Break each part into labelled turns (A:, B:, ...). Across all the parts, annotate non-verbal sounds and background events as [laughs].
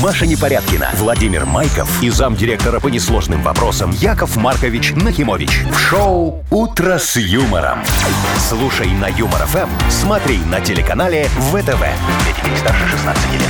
A: Маша Непорядкина, Владимир Майков и замдиректора по несложным вопросам Яков Маркович Нахимович. В шоу «Утро с юмором». Слушай на Юмор ФМ, смотри на телеканале ВТВ. Для детей старше 16 лет.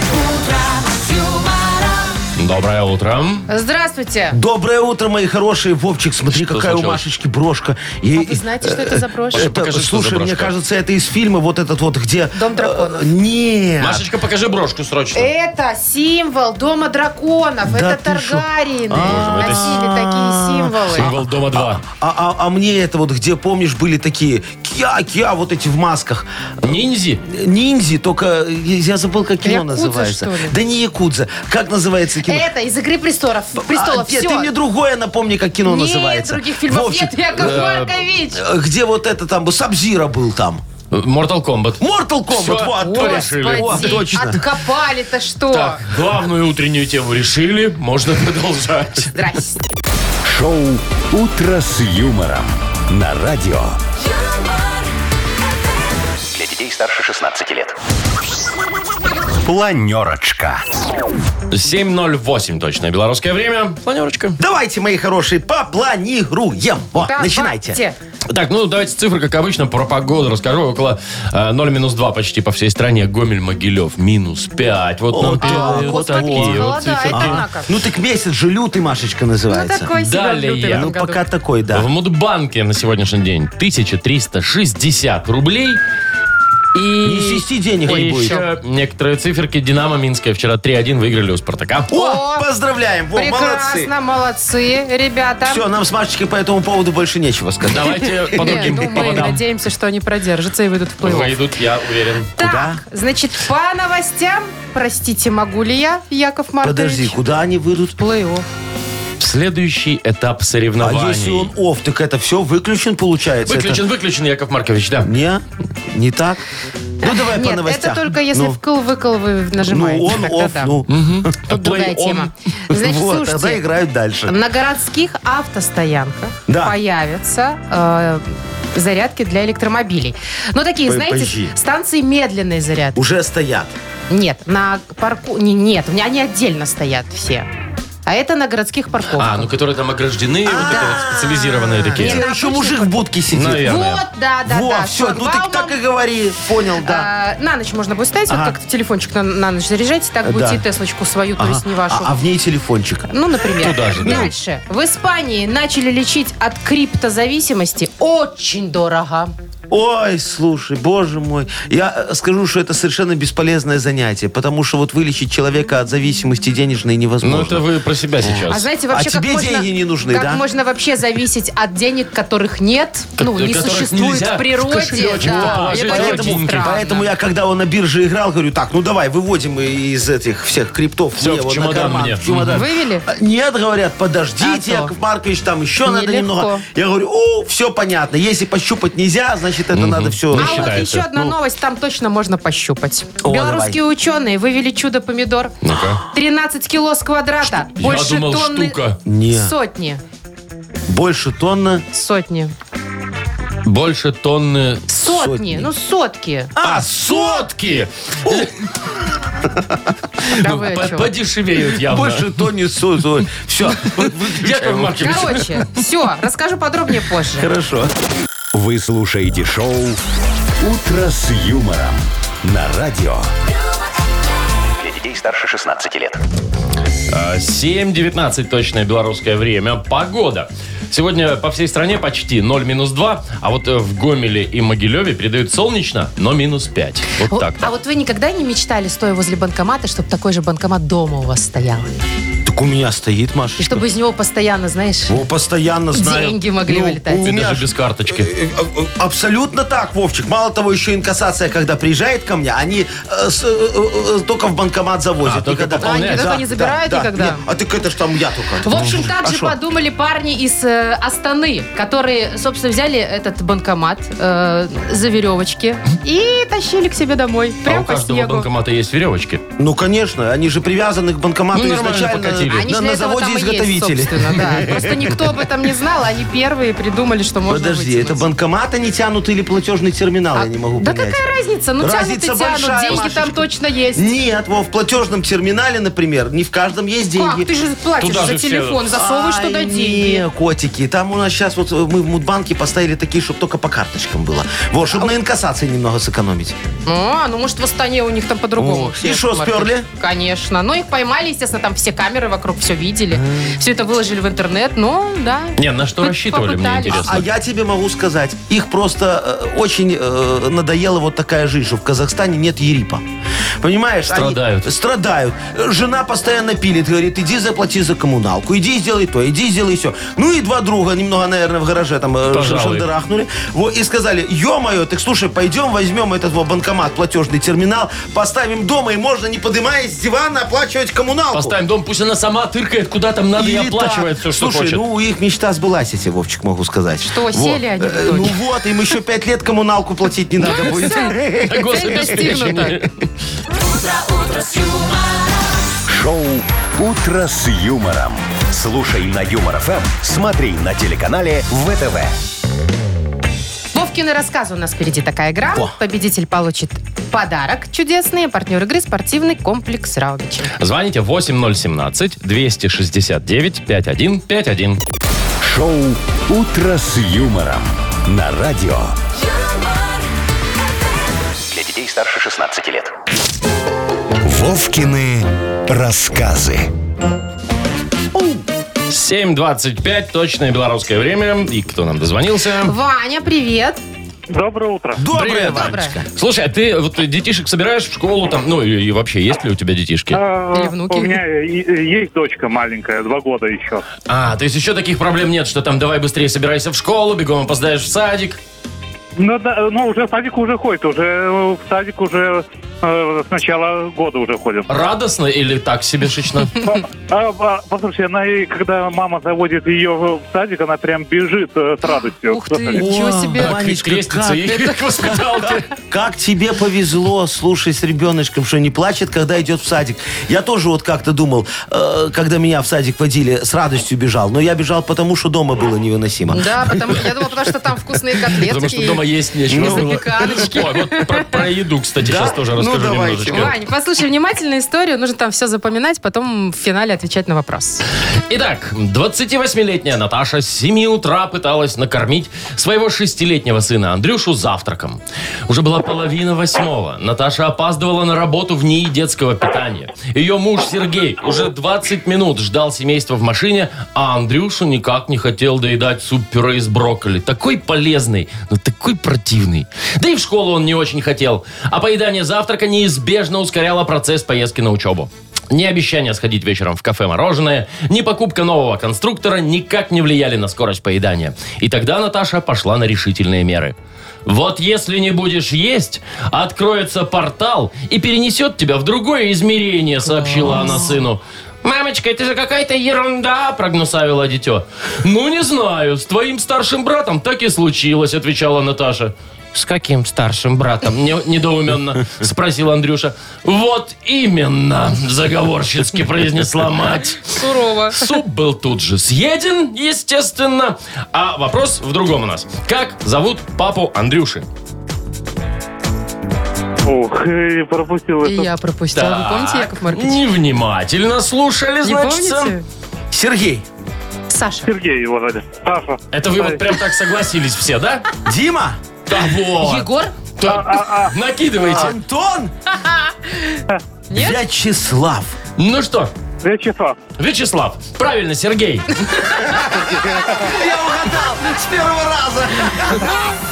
B: Доброе утро.
C: Здравствуйте.
D: Доброе утро, мои хорошие. Вовчик, смотри,
B: Что
D: какая у
B: случилось?
D: Машечки брошка. Ей-
C: А вы знаете, что это за брошь?
D: э, Это,
B: Покажи, что за
D: слушай, мне
B: брошка.
D: кажется, это из фильма вот этот вот, где...
C: Дом драконов.
D: Э, Нет.
B: Машечка, покажи брошку срочно.
D: Э,
C: Это символ Дома драконов.
D: Да
C: это
D: ты шо?
C: Таргариены.
B: Боже мой, это
C: Носили такие символы.
B: Символ дома 2.
D: А, а- а мне это вот, где, помнишь, были такие кья-кья, вот эти в масках.
B: Ниндзи.
D: Ниндзи, только э, я забыл, как кино
C: Якудза,
D: называется.
C: что ли?
D: Да не Якудза. Как называется кино?
C: Это из «Игры престолов». престолов.
D: А, нет,
C: все.
D: ты мне другое напомни, как кино
C: Нет,
D: называется.
C: других фильмов
D: Вовчик,
C: нет, Яков Маркович.
D: э, Где вот это там, Сабзира был там.
B: Э, Mortal Kombat.
D: Mortal Kombat,
B: Всё,
D: вот,
B: Ой,
D: точно.
B: решили.
D: О, точно.
C: Откопали-то что?
B: Так, главную утреннюю тему решили, можно [laughs] продолжать.
C: Здрасте.
A: Шоу «Утро с юмором» на радио. Для детей старше 16 лет. Планерочка.
B: 7.08 точно, белорусское время. Планерочка.
D: Давайте, мои хорошие, попланируем. О,
C: Давайте.
D: начинайте.
B: Так, ну давайте цифры, как обычно, про погоду расскажу. Около 0 минус 2 почти по всей стране. Гомель, Могилев, минус 5. Вот нам
D: О,
B: первые
D: да,
B: вот
C: господи,
B: такие вот
C: холодает,
B: цифры.
C: однако.
D: Ну так месяц же лютый, Машечка,
C: Ну,
D: называется.
C: такой себе
B: Далее.
C: в лютом
D: Ну,
C: году.
D: пока такой, да.
B: В Мудбанке на сегодняшний день 1360 рублей. И...
D: Не свести денег
B: и
D: не будет.
B: еще некоторые циферки. Динамо Минская вчера 3-1 выиграли у Спартака.
D: О, поздравляем, во, Ну, молодцы.
C: Прекрасно, молодцы, ребята.
D: Все, нам с Машечкой по этому поводу больше нечего сказать.
B: Давайте
D: [laughs]
B: по
C: Не,
B: другим
C: ну, мы
B: поводам.
C: надеемся, что они продержатся и выйдут в плей
B: Выйдут, я уверен.
C: Так,
D: Куда?
C: значит, по новостям, простите, могу ли я, Яков Маркович?
D: Подожди, куда они выйдут?
C: Плей-офф.
B: Следующий этап
D: А
B: соревнований.
D: если он оф, так это все выключен, получается? Это-
B: Выключен, выключен, Яков Маркович, да.
D: Не? Не так? Ну, давай по
C: Нет, это
D: новостях.
C: только если
D: Ну,
C: вкл-выкл вы нажимаете.
D: Ну, он
C: тогда
D: оф,
C: да.
D: ну.
C: Тут другая
B: Play-on.
C: тема.
D: [laughs]
C: Значит,
D: вот, тогда
C: слушайте,
D: играют дальше.
C: на городских автостоянках
D: Да.
C: появятся э, зарядки для электромобилей. Ну, такие,
D: По-
C: знаете,
D: подожди.
C: станции медленной зарядки.
D: [laughs] Уже стоят.
C: Нет, на парку... не- нет, у меня они отдельно стоят все. А это на городских парковках.
B: А, ну которые там ограждены, вот это вот специализированные
C: Не,
B: такие.
C: на
D: Где еще
C: обычной
D: мужик в будке сидит.
B: Наверное.
C: вот, да, да,
D: Во,
C: да. с
D: все, ну ты
C: шлагбаумом.
D: так и говори. Понял, да.
C: А, на ночь можно будет ставить,
D: Ага.
C: вот как телефончик на, на ночь заряжаете, так будете
D: Да.
C: и Теслочку свою, то
D: Ага.
C: есть не вашу.
D: А, а в ней телефончик.
C: Ну, например.
B: Туда же, да.
C: Дальше. В Испании начали лечить от криптозависимости очень дорого. А
D: Ой, слушай, боже мой. Я э, скажу, что это совершенно бесполезное занятие, потому что вот вылечить человека от зависимости денежной
B: Ну
D: невозможно.
B: это вы про себя
C: А
B: сейчас.
C: знаете, вообще,
D: А
C: как
D: тебе
C: можно,
D: деньги не нужны,
C: как
D: да?
C: можно вообще зависеть от денег, которых нет, ну, не
B: которых
C: существует
B: нельзя
C: в
B: в
C: природе.
B: кошелечек положить,
C: это
B: положить
C: очень
D: Поэтому,
B: деньги.
C: странно.
D: поэтому я, когда он на бирже играл, говорю, так, ну давай, выводим из этих всех криптов.
B: Всё,
D: мне
B: в
D: вот на
B: чемодан
D: карман,
B: мне.
D: в чемодан.
C: Вывели?
D: А, Нет, говорят,
C: А то.
D: подождите, Яков Маркович, там еще надо
C: Нелегко.
D: немного. Я говорю, о, все понятно. Если пощупать нельзя, значит, это надо все...
C: А вот
B: считается. Ну.
C: еще одна новость, там точно можно пощупать.
D: О,
C: Белорусские ученые вывели чудо-помидор.
B: Ну-ка.
C: 13 кило с квадрата.
B: Я
C: Больше
B: думал,
C: тонны.
B: штука.
D: Не.
C: Сотни.
D: Больше тонна.
C: Сотни.
B: Больше тонны...
C: Сотни.
D: Сотни.
C: Ну, сотки.
B: А, сотки!
C: Да
B: Ну,
C: вы о
B: по-
C: чем?
B: подешевеют явно.
D: Больше тонны. Все, [laughs]
B: Яков Маркович.
C: Короче, все, расскажу подробнее позже.
D: Хорошо.
A: Вы слушаете шоу «Утро с юмором» на радио. Для детей старше 16 лет.
B: А, 7.19 точное белорусское время. Погода. Сегодня по всей стране почти 0 минус 2, а вот э, в Гомеле и Могилеве передают солнечно, но минус 5. Вот так.
C: А вот вы никогда не мечтали, стоя возле банкомата, чтобы такой же банкомат дома у вас стоял?
D: Так у меня стоит, Маша.
C: И чтобы из него постоянно, знаешь,
D: О, постоянно знаю.
C: деньги могли
D: Ну,
C: вылетать.
D: у
B: Ты
D: меня
B: даже
D: ж-
B: без карточки. А
D: Э, э, Абсолютно так, Вовчик. Мало того, еще инкассация, когда приезжает ко мне, они э, с- э, э, только в банкомат
B: А,
D: завозят.
B: только
D: Никогда-
B: пополняют. А,
C: они только не забирают никогда?
D: Нет, А так это ж там я только.
C: В
B: Ну,
C: общем, так
D: а
C: же
D: шо?
C: подумали парни из э, Астаны, которые, собственно, взяли этот банкомат э, за веревочки и тащили к себе домой.
B: А у
C: Прям по
B: каждого
C: снегу.
B: банкомата есть веревочки.
D: Ну, конечно, они же привязаны к банкомату
B: Ну, нормально
D: изначально.
B: покатили изобретили.
C: Они
D: На-
C: же
D: на
C: для этого там и есть,
D: заводе-изготовителе.
C: собственно, да.
D: [laughs]
C: Просто никто об этом не знал, они первые придумали, что можно
D: Подожди,
C: вытянуть.
D: это банкомат они тянут или платежный терминал?
C: А,
D: Я не могу
C: Да
D: понять.
C: какая разница? Ну
D: Разница
C: тянут и тянут,
D: большая,
C: деньги там
D: Машечка.
C: точно есть.
D: Нет, во, в платежном терминале, например, не в каждом есть деньги.
C: Как? Ты же платишь
B: Туда
C: за
B: же все-
C: телефон, засовываешь
D: Ай,
C: туда деньги.
D: Не, котики, там у нас сейчас вот э, мы в Мудбанке поставили такие, чтобы только по карточкам было. Вот, чтобы на инкассации немного сэкономить.
C: А, ну может в Астане у них там по-другому.
D: О,
C: все,
D: и шо,
C: Маркович.
D: сперли?
C: Конечно. Но их поймали, естественно, там все камеры вокруг все видели. Все это выложили в интернет, но да.
B: Не, на что
C: П-
B: рассчитывали, мне
C: попытались.
B: интересно.
D: А я тебе могу сказать, их просто э, очень э, надоела вот такая жизнь, что в Казахстане нет Ерипа. Понимаешь? они
B: Страдают.
D: страдают. Э, Жена постоянно пилит, говорит, иди заплати за коммуналку, иди сделай то, иди сделай все. Ну и два друга немного, наверное, в гараже там э,
B: Пожалуй.
D: шандарахнули. Вот, и сказали, ё-моё, так слушай, пойдем возьмем этот вот банкомат, платежный терминал, поставим дома, и можно, не поднимаясь с дивана, оплачивать
C: а,
D: коммуналку.
B: Поставим дом, пусть она сама тыркает, куда там надо, и,
D: Или
B: оплачивает все,
D: так.
B: что
D: Слушай,
B: хочет.
D: ну их мечта сбылась, я тебе, Вовчик, могу сказать.
C: Что, сели они в
D: Э,
C: итоге?
D: Ну вот, им еще пять лет коммуналку платить не надо будет.
B: Для гособеспечения.
A: Шоу «Утро с юмором». Слушай на Юмор ФМ, смотри на телеканале ВТВ.
C: Вовкины рассказы у нас впереди такая игра.
D: Во.
C: Победитель получит подарок чудесный. Партнер игры спортивный комплекс Раубичи.
B: Звоните 8017-269-5151.
A: Шоу «Утро с юмором» на радио.
E: Для детей старше 16 лет.
A: Вовкины рассказы.
B: 7.25, точное белорусское время. И кто нам дозвонился?
C: Ваня, привет.
F: Доброе утро.
D: Доброе,
B: Привет,
D: Вань.
C: Доброе.
B: Слушай, а ты вот детишек собираешь в школу там? Ну, и, и вообще, есть ли у тебя детишки?
F: А,
C: Или внуки?
F: У меня и- и есть дочка маленькая, два года еще.
B: А, то есть еще таких проблем нет, что там давай быстрее собирайся в школу, бегом опоздаешь в садик.
F: Ну, да, ну, уже в садик уже ходит, уже э, в садик уже э, с начала года уже ходим.
C: А
B: Радостно или так себе
D: [laughs]
B: шично?
C: хм.
F: А, а, Послушай, она, и когда мама заводит ее в садик, она прям бежит э, с радостью.
C: Ух ты.
D: О,
C: Ничего себе.
D: Ванечка,
B: Крестится
D: как
B: ей к воспиталке.
D: Как тебе повезло, слушай, с ребеночком, что не плачет, когда идет в садик. Я тоже вот как-то думал, э, когда меня в садик водили, с радостью бежал. Но я бежал потому, что дома было невыносимо.
C: Да, потому я думала, потому что там вкусные котлетки.
B: Потому что дома есть нечего.
D: [laughs]
C: Ну,
B: было.
C: запеканочки.
B: Ой, вот про, про еду, кстати, сейчас тоже
D: Ну,
B: расскажу
D: давайте.
B: немножечко.
C: Вань, послушай внимательно историю. Нужно там все запоминать, потом в финале отвечать на вопрос.
B: Итак, 28-летняя Наташа с 7 утра пыталась накормить своего шестилетнего сына Андрюшу завтраком. Уже была половина восьмого. Наташа опаздывала на работу в ней детского питания. Ее муж Сергей уже 20 минут ждал семейства в машине, а Андрюшу никак не хотел доедать суп-пюре из брокколи. Такой полезный, но такой противный. Да и в школу он не очень хотел. А поедание завтрака неизбежно ускоряло процесс поездки на учебу. Ни обещание сходить вечером в кафе мороженое, ни покупка нового конструктора никак не влияли на скорость поедания. И тогда Наташа пошла на решительные меры. Вот если не будешь есть, откроется портал и перенесет тебя в другое измерение, сообщила она сыну. Мамочка, это же какая-то ерунда, прогнусавила дитё. Ну, не знаю, с твоим старшим братом так и случилось, отвечала Наташа. С каким старшим братом? Не- недоуменно спросил Андрюша. Вот именно, заговорщицки произнесла мать.
C: Сурово.
B: Суп был тут же съеден, естественно. А вопрос в другом у нас. Как зовут папу Андрюши?
F: Ух, и пропустил
C: И
F: это.
C: я пропустила. Вы помните, Яков Маркович?
B: Невнимательно слушали,
C: Не
B: значит.
C: помните?
D: Сергей,
C: Саша.
F: Сергей его звали. Саша.
B: Это вы вот прям так согласились все, да?
D: Дима,
B: Да вот.
C: Егор?
B: Да.
C: А,
B: Накидывайте.
D: Антон,
C: Нет?
D: Вячеслав.
C: а.
B: Ну что,
F: Вячеслав.
B: Вячеслав, правильно, Сергей.
D: Я угадал с первого раза.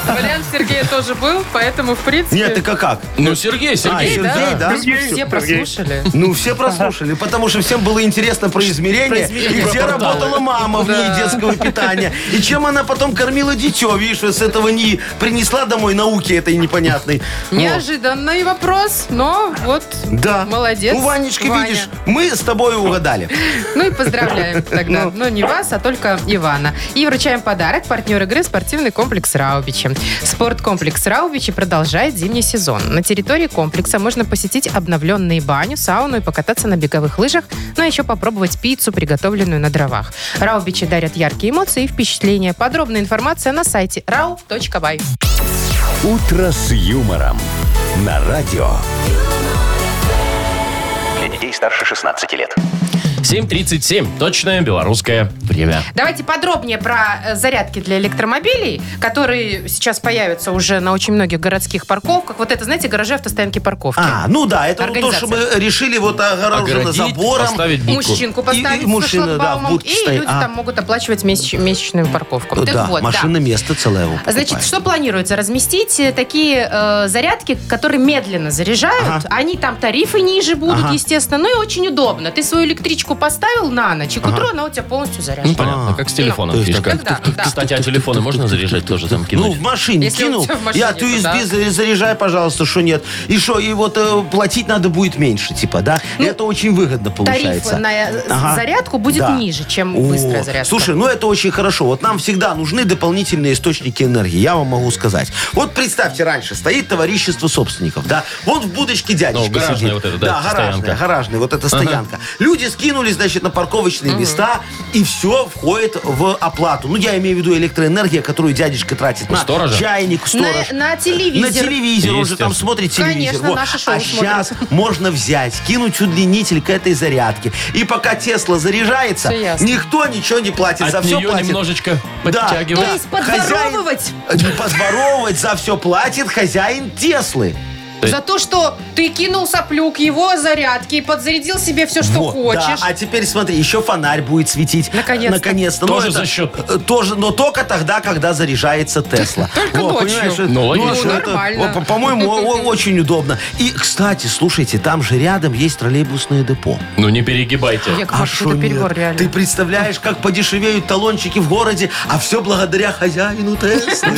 C: Вариант Сергея тоже был, поэтому, в принципе...
D: Нет, так а как?
B: Ну, Сергей,
D: А,
B: Сергей.
D: Сергей,
C: в
D: да?
C: принципе, все
F: Сергей.
C: прослушали.
D: Ну, все прослушали, потому что всем было интересно про
B: Про
D: измерения,
B: измерения,
D: и где
B: про порталы.
D: работала мама в ней детского питания, и чем она потом кормила дитё, видишь, вот с этого не принесла домой науки этой непонятной.
C: Неожиданный вопрос, но вот
D: Да.
C: молодец.
D: Ну, Ванечка,
C: Ваня.
D: видишь, мы с тобой угадали.
C: Ну и поздравляем тогда. Ну, не вас, а только Ивана. И вручаем подарок партнер игры спортивный комплекс Раубичи. Спорткомплекс Раубичи продолжает зимний сезон. На территории комплекса можно посетить обновленные баню, сауну и покататься на беговых лыжах, ну а еще попробовать пиццу, приготовленную на дровах. Раубичи дарят яркие эмоции и впечатления. Подробная информация на сайте rau.by.
A: «Утро с юмором» на радио.
E: Для детей старше 16 лет.
B: 7.37. Точное белорусское время.
C: Давайте подробнее про э, зарядки для электромобилей, которые сейчас появятся уже на очень многих городских парковках. Вот это, знаете, гаражи, автостоянки, парковки.
D: А, ну да, это вот то, что мы решили вот огорожено
B: Огородить,
D: забором.
B: поставить будку.
C: Мужчинку поставить
D: И- и
C: со
D: мужчина, да, в
C: шлагбаумом,
D: будке
C: и
D: стоит.
C: люди
D: А. Ну
C: там могут оплачивать месяч- месячную парковку. Так
D: Да,
C: вот, да.
D: машина место целое его
C: Значит,
D: покупает.
C: что планируется? Разместить э, такие э, зарядки, которые медленно заряжают. Они там тарифы ниже будут,
D: Ага.
C: естественно. Ну и очень удобно. Ты свою электричку поставил на ночь, и к утру она у тебя полностью
B: Ну,
C: заряжена.
B: понятно, как с телефоном
D: Ну,
B: фишка.
C: так, так, так, так.
B: Кстати, а телефоны можно заряжать тоже там
D: Ну,
B: кинуть?
D: в машине
C: Если у
D: кинул.
C: тебя в машине,
D: Я
C: то
D: ту USB
C: да.
D: за- заряжай, пожалуйста, что нет. И что, и вот э, платить надо будет меньше, типа, да? это очень выгодно
C: Тариф
D: получается.
C: Ну, на э, с-
D: Ага.
C: зарядку будет
D: Да.
C: ниже, чем
D: О,
C: быстрая зарядка.
D: Слушай, ну это очень хорошо. Вот нам всегда нужны дополнительные источники энергии, я вам могу сказать. Вот представьте, раньше стоит товарищество собственников, да? Вот в будочке дядечка
B: Ну, гаражная
D: сидит.
B: вот эта, да,
D: гаражная,
B: стоянка.
D: гаражная, вот эта стоянка. Люди скинулись, значит, на парковочные места, и все входит в оплату. Ну, я имею в виду электроэнергия, которую дядечка тратит на
B: сторожа?
D: чайник, сторож.
C: на, на телевизор.
D: На телевизор, он же там
B: Естественно.
D: смотрит телевизор.
C: Конечно,
D: Во.
C: наше шоу
D: а
C: смотрит.
D: сейчас можно взять, кинуть удлинитель к этой зарядке. И пока Тесла заряжается,
C: Всё ясно.
D: никто ничего не платит. за
B: От
D: все
B: нее
D: платит.
B: немножечко
D: Да,
B: подтягивать.
C: То есть подворовывать?
D: Хозяин- Не подворовывать, за все платит хозяин Теслы.
C: За то, что ты кинул соплюк его зарядки и подзарядил себе все, что
D: Вот,
C: хочешь.
D: да. А теперь смотри, еще фонарь будет светить.
C: Наконец-то.
D: Наконец-то.
B: Тоже
D: Ну, это,
B: за счет.
D: э, Тоже, но только тогда, когда заряжается Тесла.
C: [laughs] Только
D: Во,
C: ночью.
D: понимаешь, это-
B: Ну, логично.
D: а что это-
C: нормально.
D: о, по- По-моему, о- о- очень удобно. И, кстати, слушайте, там же рядом есть троллейбусное депо.
B: Ну, не перегибайте.
C: Яков Маркович,
D: а шо
C: это
D: нет?
C: перебор, реально.
D: Ты представляешь, как подешевеют талончики в городе, а все благодаря хозяину Теслы.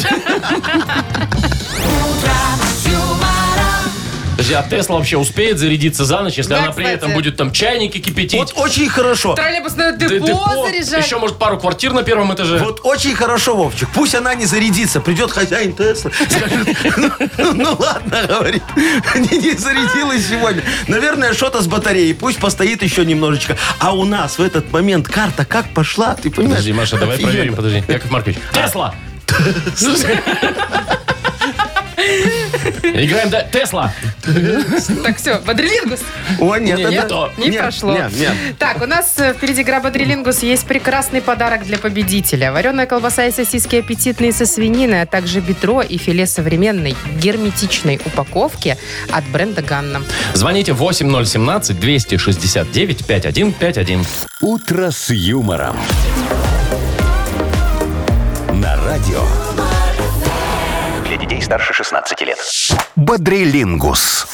B: Подожди, а Тесла вообще успеет зарядиться за ночь, если
C: Да,
B: она при этом
C: кстати.
B: будет там чайники кипятить?
D: Вот очень хорошо.
C: Троллейбусное
B: д-
C: депо, заряжать.
B: Еще, может, пару квартир на первом этаже.
D: Вот очень хорошо, Вовчик. Пусть она не зарядится. Придет хозяин Теслы, скажет, ну, ну ладно, говорит, не, не зарядилась сегодня. Наверное, что-то с батареей. Пусть постоит еще немножечко. А у нас в этот момент карта как пошла, ты понимаешь?
B: Подожди, Маша, давай
D: Офигенно.
B: проверим, подожди. Яков Маркович.
D: [laughs]
B: Тесла! Играем, да? Тесла!
C: Так, все, бодрилингус?
D: О, нет,
B: Не,
D: это-
B: не то.
C: Не
D: нет,
C: прошло.
D: Нет, нет.
C: Так, у нас э, впереди игра бодрилингус. Есть прекрасный подарок для победителя. Вареная колбаса и сосиски аппетитные со свининой, а также бедро и филе современной герметичной упаковки от бренда Ганна.
B: Звоните 8017-269-5151.
A: «Утро с юмором». На радио
E: Для детей старше 16 лет.
A: «Бодрилингус».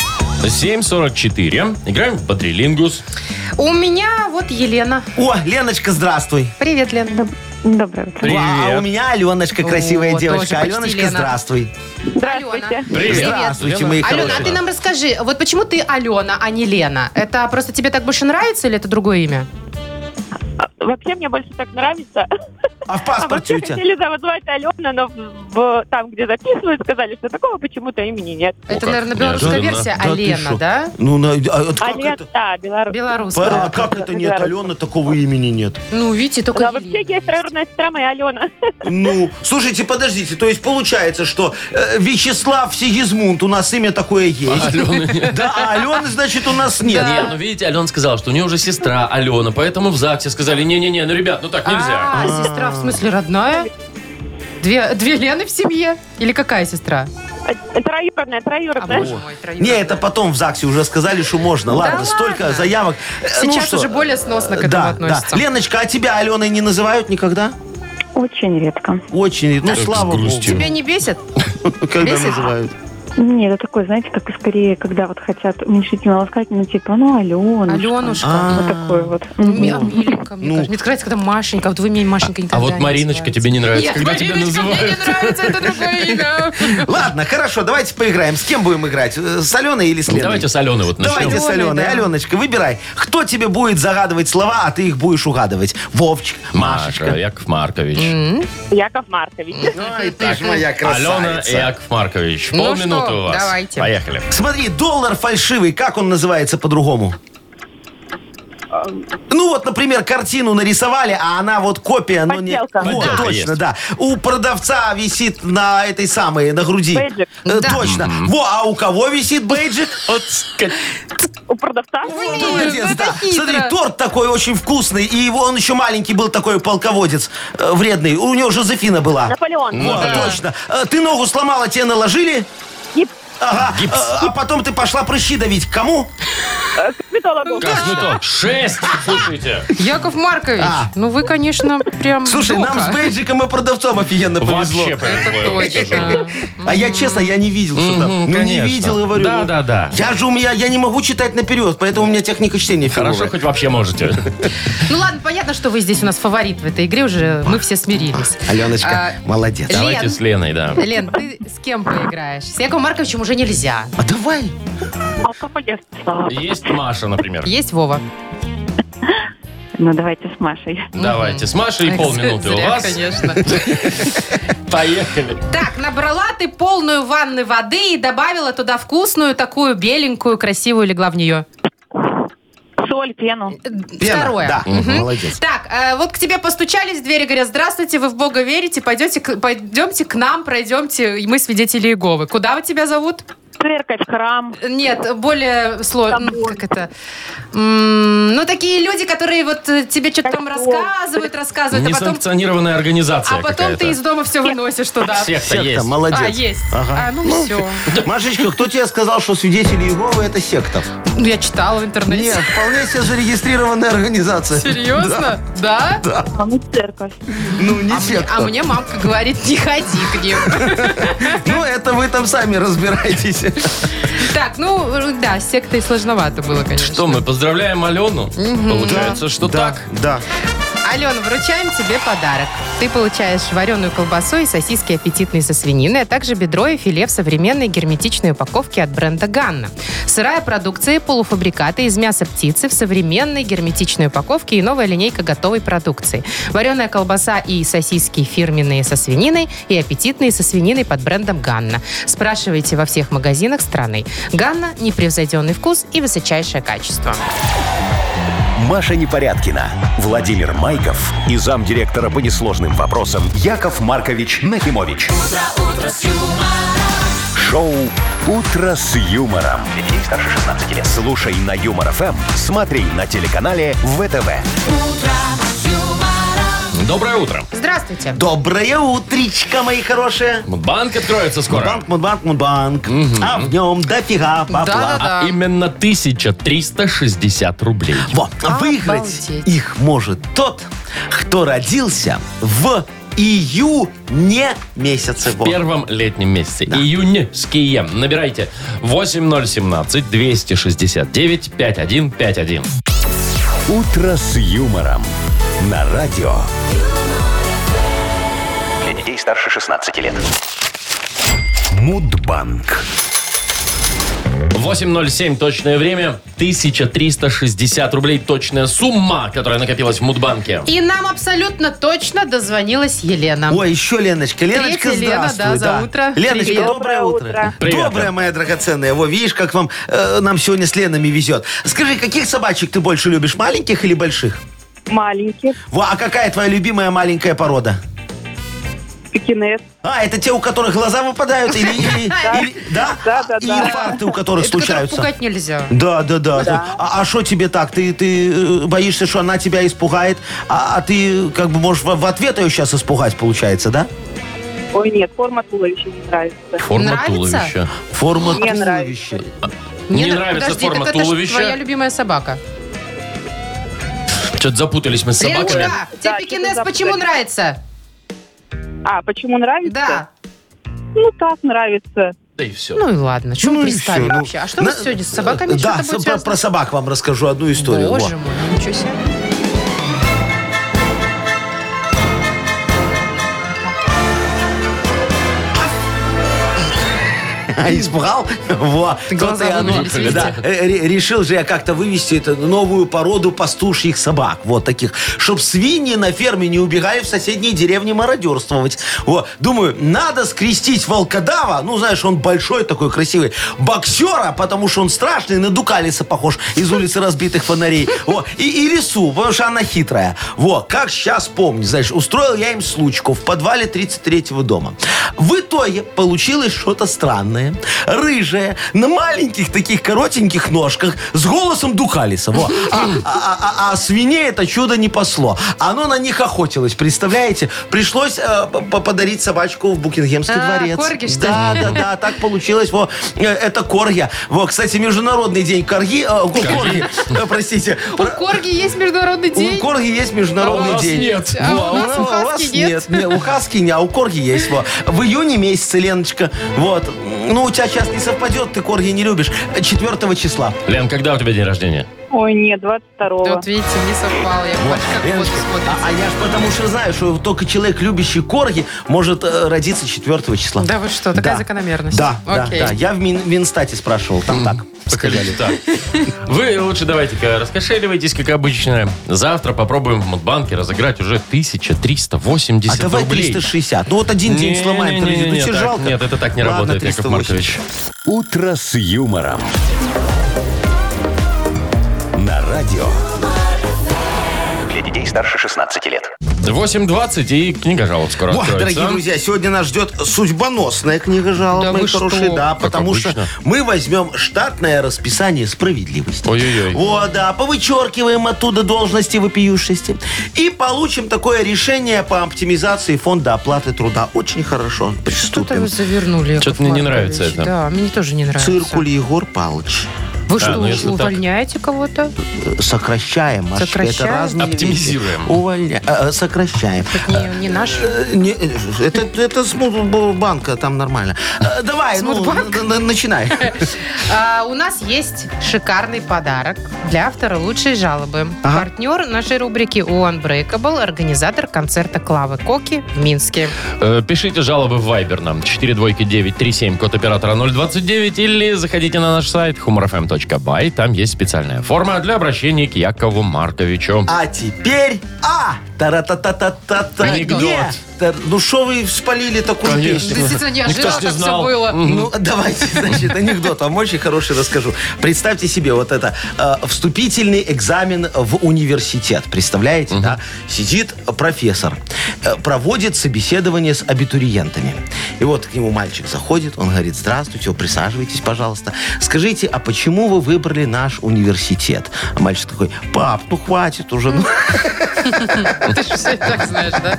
B: 744. Играем в Бодрилингус.
C: У меня вот Елена.
D: О, Леночка, здравствуй.
C: Привет, Лена.
G: Доброе утро.
B: Привет.
D: А у меня Аленочка, красивая
C: О, тоже почти
D: девочка. Аленочка,
C: Лена.
D: здравствуй.
C: Алена.
B: Привет.
D: Здравствуйте,
B: Лена.
D: мои
C: Алена, а
D: хорошие.
C: ты нам расскажи, вот почему ты Алена, а не Лена? Это просто тебе так больше нравится или это другое имя?
G: А, Вообще мне больше так нравится.
D: А в
G: А
D: паспорте
G: [laughs] вообще
D: у тебя?
G: хотели назвать Алена, но в- в- там, где записывают, сказали, что такого почему-то имени нет.
C: это,
B: как
C: наверное, белорусская
B: неожиданно.
C: версия
D: Да ты
C: Алена,
D: шо?
C: да?
D: Ну, на- а, это как
G: Алена,
D: это?
G: да, белорус.
C: Белорусская.
D: Пара, а как это нет? Алены такого имени нет.
C: Ну, видите, только
G: Да, вообще
C: Елена.
G: есть родная сестра моя [laughs] Алена.
D: Ну, слушайте, подождите, то есть получается, что э, Вячеслав Сигизмунд у нас имя такое есть. Да, а Алены, значит, у нас
B: [laughs]
D: нет.
B: Не, ну видите, Алена сказала, что у нее уже сестра Алена, поэтому в ЗАГСе сказали, не-не-не, ну, ребят, ну так нельзя.
C: А, сестра, в смысле, родная? Две, две Лены в семье? Или какая сестра?
G: А, Троюродная,
C: А,
G: троюродная.
C: боже мой, троюродная.
D: Не, это потом в ЗАГСе уже сказали, что можно. Ладно,
C: ладно.
D: столько заявок. Э, ну
C: Сейчас
D: что,
C: уже более сносно к этому
D: да, да.
C: относится.
D: Леночка, а тебя Аленой не называют никогда?
G: Очень редко.
D: Очень, ну, слава богу.
B: грустью.
C: Тебя не бесит?
D: [laughs] Когда
C: Бесит?
D: называют?
G: Нет, это такой, знаете, как скорее, когда вот хотят уменьшительно ласкать, ну типа, ну, Алена.
C: Аленушка.
G: Вот такой вот.
C: Ми-
G: Мгм.
C: Миленька, ну, мне
D: А, Ну.
C: кажется. Мне нравится, когда Машенька. Вот вы мне Машенька никогда
B: А вот
C: не
B: Мариночка
C: называете.
B: тебе не нравится,
C: Нет,
B: когда тебя
C: Мариночка мне не
B: называют.
C: нравится, это другое имя.
B: [laughs]
D: Ладно, хорошо, давайте поиграем. С кем будем играть? Э, С Аленой или с Леной?
B: Ну, Давайте с Алены вот начнем.
D: Давайте с
C: Аленой,
D: Аленой.
C: да.
D: Аленочка, выбирай. Кто тебе будет загадывать слова, а ты их будешь угадывать? Вовчик, Машечка.
B: Маша, Яков Маркович.
G: Яков Маркович.
D: Ой, ты ж моя
B: ну, Алена и Яков Маркович.
C: Ну
B: Полминуты
C: что,
B: у вас.
C: давайте.
B: Поехали.
D: Смотри, доллар фальшивый, как он называется по-другому? Ну вот, например, картину нарисовали, а она вот копия, но не...
G: Подделка.
D: Вот,
B: Подделка
D: точно,
B: есть.
D: да. У продавца висит на этой самой, на груди.
G: Бейджик.
D: Э,
C: Да.
D: Точно. Во, а у кого висит бейджик?
B: [laughs] Вот скотина.
G: У продавца?
D: Молодец,
C: это
D: да.
C: хитро.
D: Смотри, торт такой очень вкусный, и его он еще маленький был такой полководец э, вредный. У него Жозефина была.
G: Наполеон.
D: Вот, точно. Э, Ты ногу сломала, тебе наложили?
G: Гипс.
D: Ага.
B: Гипс.
D: Э, А потом ты пошла прыщи давить. К Кому?
G: Косметологу.
B: Косметолог. Шесть, слушайте.
C: Яков Маркович,
D: А.
C: ну вы, конечно, прям
D: Слушай, нам
C: жёлко.
D: с бейджиком и продавцом офигенно повезло.
B: Вообще повезло. я тебе скажу.
C: Точно.
D: А я, честно, я не видел, что
B: Мгм,
D: там. Ну, не
B: конечно.
D: видел, говорю.
B: Да,
D: Ну,
B: да, да.
D: Я же у меня, я не могу читать наперед, поэтому у меня техника чтения
B: Хорошо,
D: фиговая.
B: хоть вообще можете.
C: Ну ладно, понятно, что вы здесь у нас фаворит в этой игре уже. Мы все смирились.
D: Аленочка,
C: А,
D: молодец.
C: Лен.
B: Давайте с Леной, да.
C: Лен, ты с кем поиграешь? С Яковом Марковичем уже нельзя.
D: А давай.
G: Алкоголь.
B: Есть Маша, например.
C: Есть Вова.
G: Ну, давайте с Машей.
B: Давайте, с Машей
C: Эх,
B: полминуты у
C: зря,
B: вас.
C: конечно.
B: Поехали.
C: Так, набрала ты полную ванны воды и добавила туда вкусную, такую беленькую, красивую, легла в нее.
G: Соль, пену.
D: Лена,
C: Второе.
D: Да,
C: Мгм.
D: молодец.
C: Так, э, вот к тебе постучались в двери, говорят, здравствуйте, вы в Бога верите, пойдете, к- пойдемте к нам, пройдемте, и мы свидетели Иеговы. Куда вы тебя зовут?
G: Церковь, храм.
C: Нет, более сложно.
G: Собор.
C: Как это? М, Ну, такие люди, которые вот э, тебе что-то там
G: Костёл.
C: рассказывают, рассказывают, а потом,
B: Несанкционированная организация
C: а потом ты из дома все выносишь туда.
B: Секта
D: Секта,
B: есть.
D: молодец.
C: А, есть.
D: Ага.
C: А, ну все.
D: [laughs] Машечка, кто тебе сказал, что свидетели Иеговы это секта?
C: Ну, я читала в интернете.
D: Нет, вполне себе зарегистрированная
C: [laughs]
D: организация.
C: Серьезно? Да?
G: А мы церковь.
D: Ну, не
C: А
D: секта.
C: мне мамка говорит, не ходи к ним. [laughs]
D: Ну, это вы там сами разбирайтесь.
C: Так, ну, э, да, с сектой сложновато было, конечно.
B: Что, мы поздравляем Алену? Получается, что так.
D: Да.
C: Алена, вручаем тебе подарок. Ты получаешь вареную колбасу и сосиски аппетитные со свининой, а также бедро и филе в современной герметичной упаковке от бренда «Ганна». Сырая продукция и полуфабрикаты из мяса птицы в современной герметичной упаковке и новая линейка готовой продукции. Вареная колбаса и сосиски фирменные со свининой и аппетитные со свининой под брендом «Ганна». Спрашивайте во всех магазинах страны. «Ганна» – непревзойденный вкус и высочайшее качество.
A: Маша Непорядкина, Владимир Майков и замдиректора по несложным вопросам Яков Маркович Нахимович. Шоу Утро с юмором. Детей старше 16 лет. Слушай на юмор ФМ, смотри на телеканале ВТВ.
B: Доброе утро.
C: Здравствуйте.
D: Доброе утречко, мои хорошие.
B: Банк откроется скоро.
D: Мудбанк, мудбанк, мудбанк. А в нем дофига бабла.
C: Да-да-да.
B: А именно 1360 рублей.
D: Во, выиграть
C: Обалдеть.
D: их может тот, кто родился в июне месяце.
B: В
D: Во.
B: первом летнем месяце. Июньские. Набирайте 8017 269 5151.
A: Утро с юмором. На радио.
E: Для детей старше 16 лет.
A: Мудбанк.
B: 8.07 точное время. 1360 рублей точная сумма, которая накопилась в Мудбанке.
C: И нам абсолютно точно дозвонилась Елена.
D: Ой, еще Леночка. Леночка,
C: Третья Лена,
D: здравствуй.
C: да, за утро.
D: Леночка,
C: Привет.
D: доброе утро.
B: Привет,
D: Доброе,
B: Лен.
D: моя драгоценная. Во, видишь, как вам э, нам сегодня с Ленами везет. Скажи, каких собачек ты больше любишь, маленьких или больших?
G: Маленький.
D: Во, а какая твоя любимая маленькая порода?
G: Пекинес.
D: А, это те, у которых глаза выпадают? Или, или- или- да?
G: Да, да,
D: И
G: да.
D: инфаркты,
C: Это
D: у которых
C: которых
D: случаются?
C: пугать нельзя.
D: Да, да, да. А что тебе так? Ты, ты э, боишься, что она тебя испугает, а, а ты как бы можешь в, в ответ ее сейчас испугать, получается, да?
G: Ой, нет, форма туловища не нравится.
B: Форма
C: Нравится?
B: туловища.
D: Форма
G: Мне
D: туловища.
B: Не
C: нра-
B: нравится
C: Подожди,
B: форма
C: так это ж
B: туловища.
C: твоя любимая собака.
B: Что-то запутались мы с собаками.
C: Леночка, тебе
G: Да,
C: пекинес
G: что-то
C: почему
G: запутали.
C: нравится?
G: А, почему нравится?
C: Да.
G: Ну, так нравится.
B: Да и все.
C: Ну и ладно, чем
D: Ну и
C: пристали
D: всё, ну.
C: вообще? А что у
D: На- э,
C: вас сегодня с собаками
D: Да,
C: что-то будет
D: про,
C: связано?
D: про собак вам расскажу одну историю. Во.
C: Боже мой, ну ничего себе.
D: [laughs] А, Испугал? Во.
C: Ты
D: то-то
C: глаза
D: и оно.
C: вынули, видите?
D: Да, э, ре- решил же я как-то вывести эту новую породу пастушьих собак. Вот таких. Чтоб свиньи на ферме не убегали в соседние деревни мародерствовать. Вот. Думаю, надо скрестить волкодава. Ну, знаешь, он большой такой, красивый. Боксера, потому что он страшный, на Дукалиса похож из улицы разбитых фонарей. Во. И, и лису, потому что она хитрая. Во. Как сейчас помню, знаешь, устроил я им случку в подвале 33-го дома. В итоге получилось что-то странное. Рыжая, на маленьких таких коротеньких ножках, с голосом Дукалиса. Во. А, а- а- а свиней это чудо не пасло. Оно на них охотилось, представляете? Пришлось э, п- п- подарить собачку в Букингемский
C: А,
D: дворец.
C: корги, что ли?
D: да, да, да, так получилось. Во. Э, Это корья. Во, кстати, Международный день корги, э, го- корги, э, простите.
C: У Корги есть международный день.
D: У корги есть
B: А у
D: международный
B: нас
D: день.
B: нет.
C: А
D: Во,
C: у нас у Хаски нет.
D: Не, у Хаски не, а у Корги есть. Во. В июне месяце, Леночка. Вот. Ну, у тебя сейчас не совпадет, ты Корги не любишь. 4 числа.
B: Лен, когда у тебя день рождения?
G: Ой, нет, 22-го.
C: Вот видите, не совпало. Я
D: Вот,
C: больше как вот
D: Леночка,
C: смотрится.
D: а, а я ж потому что знаю, что только человек, любящий корги, может э, родиться 4 числа.
C: Да вы что, такая
D: Да.
C: закономерность.
D: Да, да,
C: Окей.
D: да. Я в Мин- Минстате спрашивал, там так.
B: Сказали. Так. Вы лучше давайте-ка раскошеливайтесь, как обычно. Завтра попробуем в Мудбанке разыграть уже 1380
D: А давай
B: рублей.
D: 360. Ну вот один день
B: Не,
D: сломаем.
B: не, не, не,
D: традицию. Ну,
B: так,
D: тяжело-то.
B: Нет, это так не
D: Ладно,
B: работает, Яков
D: 380.
B: Маркович.
A: «Утро с юмором». На радио.
E: Для детей старше 16 лет.
B: 8.20 и книга жалоб скоро
D: Ох,
B: откроется.
D: дорогие друзья, сегодня нас ждет судьбоносная книга жалоб,
C: Да
D: мои
C: вы что?
D: хорошие, да,
B: Как
D: потому
B: обычно.
D: что мы возьмем штатное расписание справедливости.
B: Ой-ой-ой.
D: О, да, повычеркиваем оттуда должности вопиющести и получим такое решение по оптимизации фонда оплаты труда. Очень
C: Что-то
D: хорошо,
C: вы
D: приступим.
C: завернули. Яков
B: Что-то мне не
C: Маркович.
B: нравится это.
C: Да, мне тоже не нравится.
D: Циркуль Егор Палыч.
C: Вы
B: Да,
C: что,
B: ну, если так.
C: увольняете кого-то?
D: Э, Сокращаем. Маш,
C: Сокращаем?
D: Это разные вещи.
B: Оптимизируем.
D: Увольня- э, э, Сокращаем.
C: Так не, не наш.
D: Э, не, э, это, это с Мудбанка, там нормально. Э, Давай, ну,
C: Мудбанка?
D: н- н- начинай.
C: А, у нас есть шикарный подарок для автора лучшей жалобы.
D: Ага.
C: Партнер нашей рубрики Unbreakable, организатор концерта Клавы Коки в Минске.
B: Э, Пишите жалобы в Viber нам 42937, код оператора 029, или заходите на наш сайт humorfm.by, там есть специальная форма для обращения к Якову Марковичу.
D: А теперь А! Тара-та-та-та-та-та.
B: Анекдот.
D: Где? Тар- Ну что вы спалили такую
B: Конечно.
D: песню?
C: Действительно,
B: неожиданно
C: неожиданно
B: Ну, ж не
C: так
B: так всё знал.
C: все
B: было.
C: было.
D: Ну, давайте, значит, анекдот вам очень хороший расскажу. Представьте себе вот это. э, вступительный экзамен в университет. Представляете, да? Сидит профессор, э, проводит собеседование с абитуриентами. И вот к нему мальчик заходит, он говорит, здравствуйте, вы присаживайтесь, пожалуйста. Скажите, а почему вы выбрали наш университет? А мальчик такой, пап, ну хватит уже, ну
C: Ты же все так знаешь, да?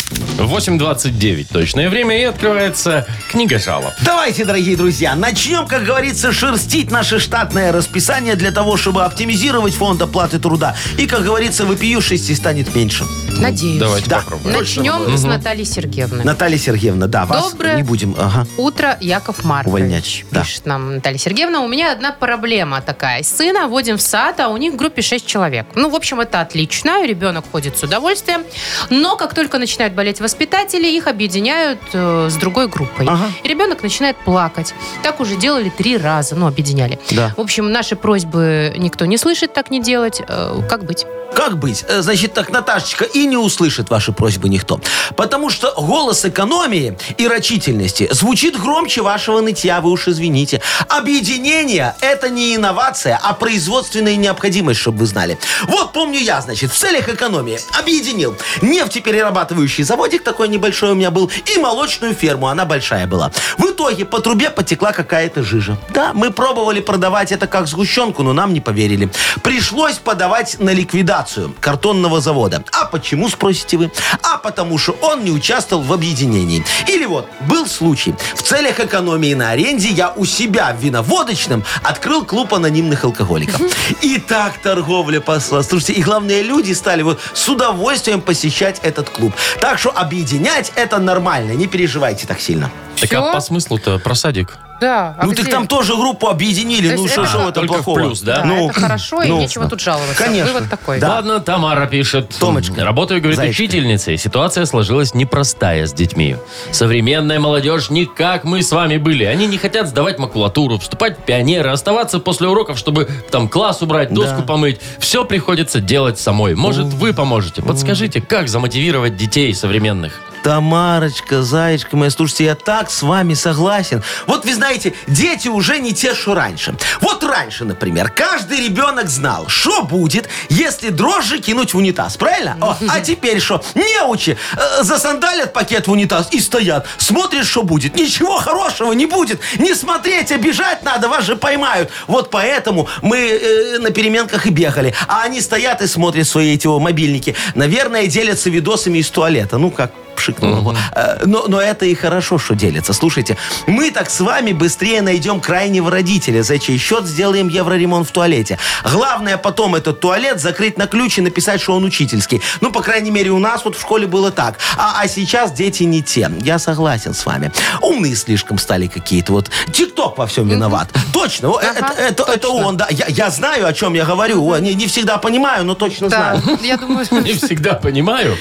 B: 8.29 точное время, и открывается книга жалоб.
D: Давайте, дорогие друзья, начнем, как говорится, шерстить наше штатное расписание для того, чтобы оптимизировать фонд оплаты труда. И, как говорится, вопиюшести станет меньше.
C: Надеюсь.
B: Давайте
D: Да.
B: попробуем.
C: Начнем с Натальи Сергеевны.
D: Наталья Сергеевна, да, вас
C: Доброе
D: не будем. Ага.
C: Утро, Яков Маркович.
D: Увольнять, да.
C: Пишет нам Наталья Сергеевна. У меня одна проблема такая. Сына водим в сад, а у них в группе 6 человек. Ну, в общем, это отлично. Ребенок ходит с удовольствием. Но как только начинают болеть воспитатели, их объединяют э, с другой группой.
D: Ага.
C: И ребенок начинает плакать. Так уже делали три раза. Ну, объединяли.
D: Да.
C: В общем, наши просьбы никто не слышит, так не делать. Э, как быть?
D: Как быть? Э, Значит, так Наташечка и не услышит ваши просьбы никто. Потому что голос экономии и рачительности звучит громче вашего нытья, вы уж извините. Объединение – это не инновация, а производственная необходимость, чтобы вы знали. Вот помню я, значит, в целях экономии объединил нефтеперерабатывающий завод заводик такой небольшой у меня был, и молочную ферму, она большая была. В итоге по трубе потекла какая-то жижа. Да, мы пробовали продавать это как сгущенку, но нам не поверили. Пришлось подавать на ликвидацию картонного завода. А почему, спросите вы? А потому что он не участвовал в объединении. Или вот, был случай. В целях экономии на аренде я у себя в виноводочном открыл клуб анонимных алкоголиков. И так торговля посла. Слушайте, и главные люди стали вот с удовольствием посещать этот клуб. Так что объединять это нормально, не переживайте так сильно.
B: Так
C: Всё?
B: а по смыслу-то про садик?
C: Да. а
D: ну
C: где?
D: так там тоже группу объединили,
C: То
D: ну
C: есть
D: что
C: это-
D: же в этом
B: Только в
D: плохого?
B: плюс, да?
C: Да, это хорошо, и
D: ну,
C: нечего тут жаловаться.
D: Конечно,
C: Вывод такой.
D: да.
B: Ладно, Тамара пишет.
D: Томочка,
B: Работаю, говорит,
D: зайчка.
B: учительницей. Ситуация сложилась непростая с детьми. Современная молодежь не как мы с вами были. Они не хотят сдавать макулатуру, вступать в пионеры, оставаться после уроков, чтобы там класс убрать, доску помыть. Все приходится делать самой. Может, вы поможете. Подскажите, как замотивировать детей современных? [laughs]
D: Тамарочка, зайчка моя, слушайте, я так с вами согласен. Вот вы знаете, дети уже не те, что раньше. Вот раньше, например, каждый ребенок знал, что будет, если дрожжи кинуть в унитаз, правильно? О, а теперь что? Неучи э, засандалят пакет в унитаз и стоят. Смотришь, что будет. Ничего хорошего не будет. Не смотреть, а бежать надо, вас же поймают. Вот поэтому мы э, на переменках и бегали. А они стоят и смотрят свои эти о, мобильники. Наверное, делятся видосами из туалета. Ну, как пшикнуло. во. Э, Но, но это и хорошо, что делится. Слушайте, мы так с вами быстрее найдем крайнего родителя, за чей счет сделаем евроремонт в туалете. Главное потом этот туалет закрыть на ключ и написать, что он учительский. Ну, по крайней мере, у нас вот в школе было так. А, а сейчас дети не те. Я согласен с вами. Умные слишком стали какие-то. Вот тикток во всем виноват. Точно. О, э,
C: Ага,
D: это, это- это
C: точно.
D: он, да. Я, я знаю, о чем я говорю. О, не, не всегда понимаю, но точно
C: Да,
D: знаю.
C: я
D: [laughs]
C: думаю,
B: Не всегда понимаю.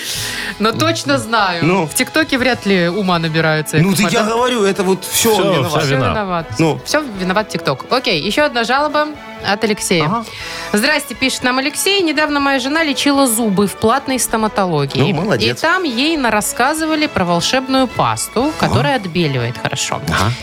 C: но точно знаю.
D: Ну.
C: В ТикТоке вряд ли ума набираются.
D: Ну, ты
C: Яков
D: я [laughs]
C: Маркович.
D: говорю, это вот все,
B: Всё,
D: он
B: всё
D: виноват.
C: Все
B: Вина.
C: виноват.
D: Ну.
C: Все виноват ТикТок. Окей, еще одна жалоба от Алексея. Здрасте, пишет нам Алексей. Недавно моя жена лечила зубы в платной стоматологии.
D: Ну,
C: И-
D: молодец.
C: И там ей рассказывали про волшебную пасту, которая отбеливает хорошо.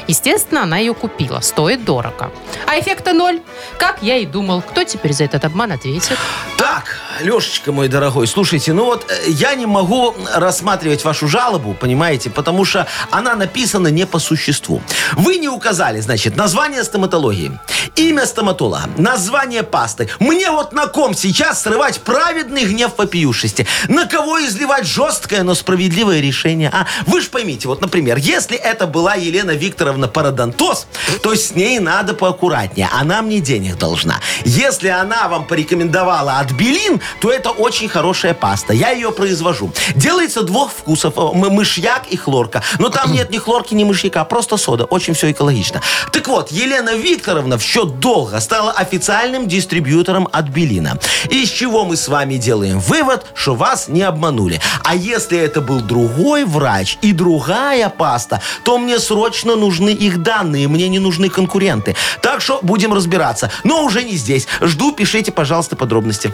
C: Естественно, она ее купила. Стоит дорого. А эффекта ноль. Как я и думал. Кто теперь за этот обман ответит?
D: Так, Лешечка, мой дорогой, слушайте, ну вот э, я не могу рассматривать вашу жалобу, понимаете, потому что она написана не по существу. Вы не указали, значит, название стоматологии, имя стоматолога, название пасты. Мне вот на ком сейчас срывать праведный гнев вопиюшести? На кого изливать жесткое, но справедливое решение? А вы же поймите, вот, например, если это была Елена Викторовна Парадонтос, то с ней надо поаккуратнее. Она мне денег должна. Если она вам порекомендовала от Белин, то это очень хорошая паста. Я ее произвожу. Делается двух вкусов. э, мы- Мышьяк и хлорка. Но там нет ни хлорки, ни мышьяка. а Просто сода. Очень все экологично. Так вот, Елена Викторовна в счет долга стала официальным дистрибьютором от Белина. Из чего мы с вами делаем вывод, что вас не обманули. А если это был другой врач и другая паста, то мне срочно нужны их данные. Мне не нужны конкуренты. Так что будем разбираться. Но уже не здесь. Жду, пишите, пожалуйста, подробности.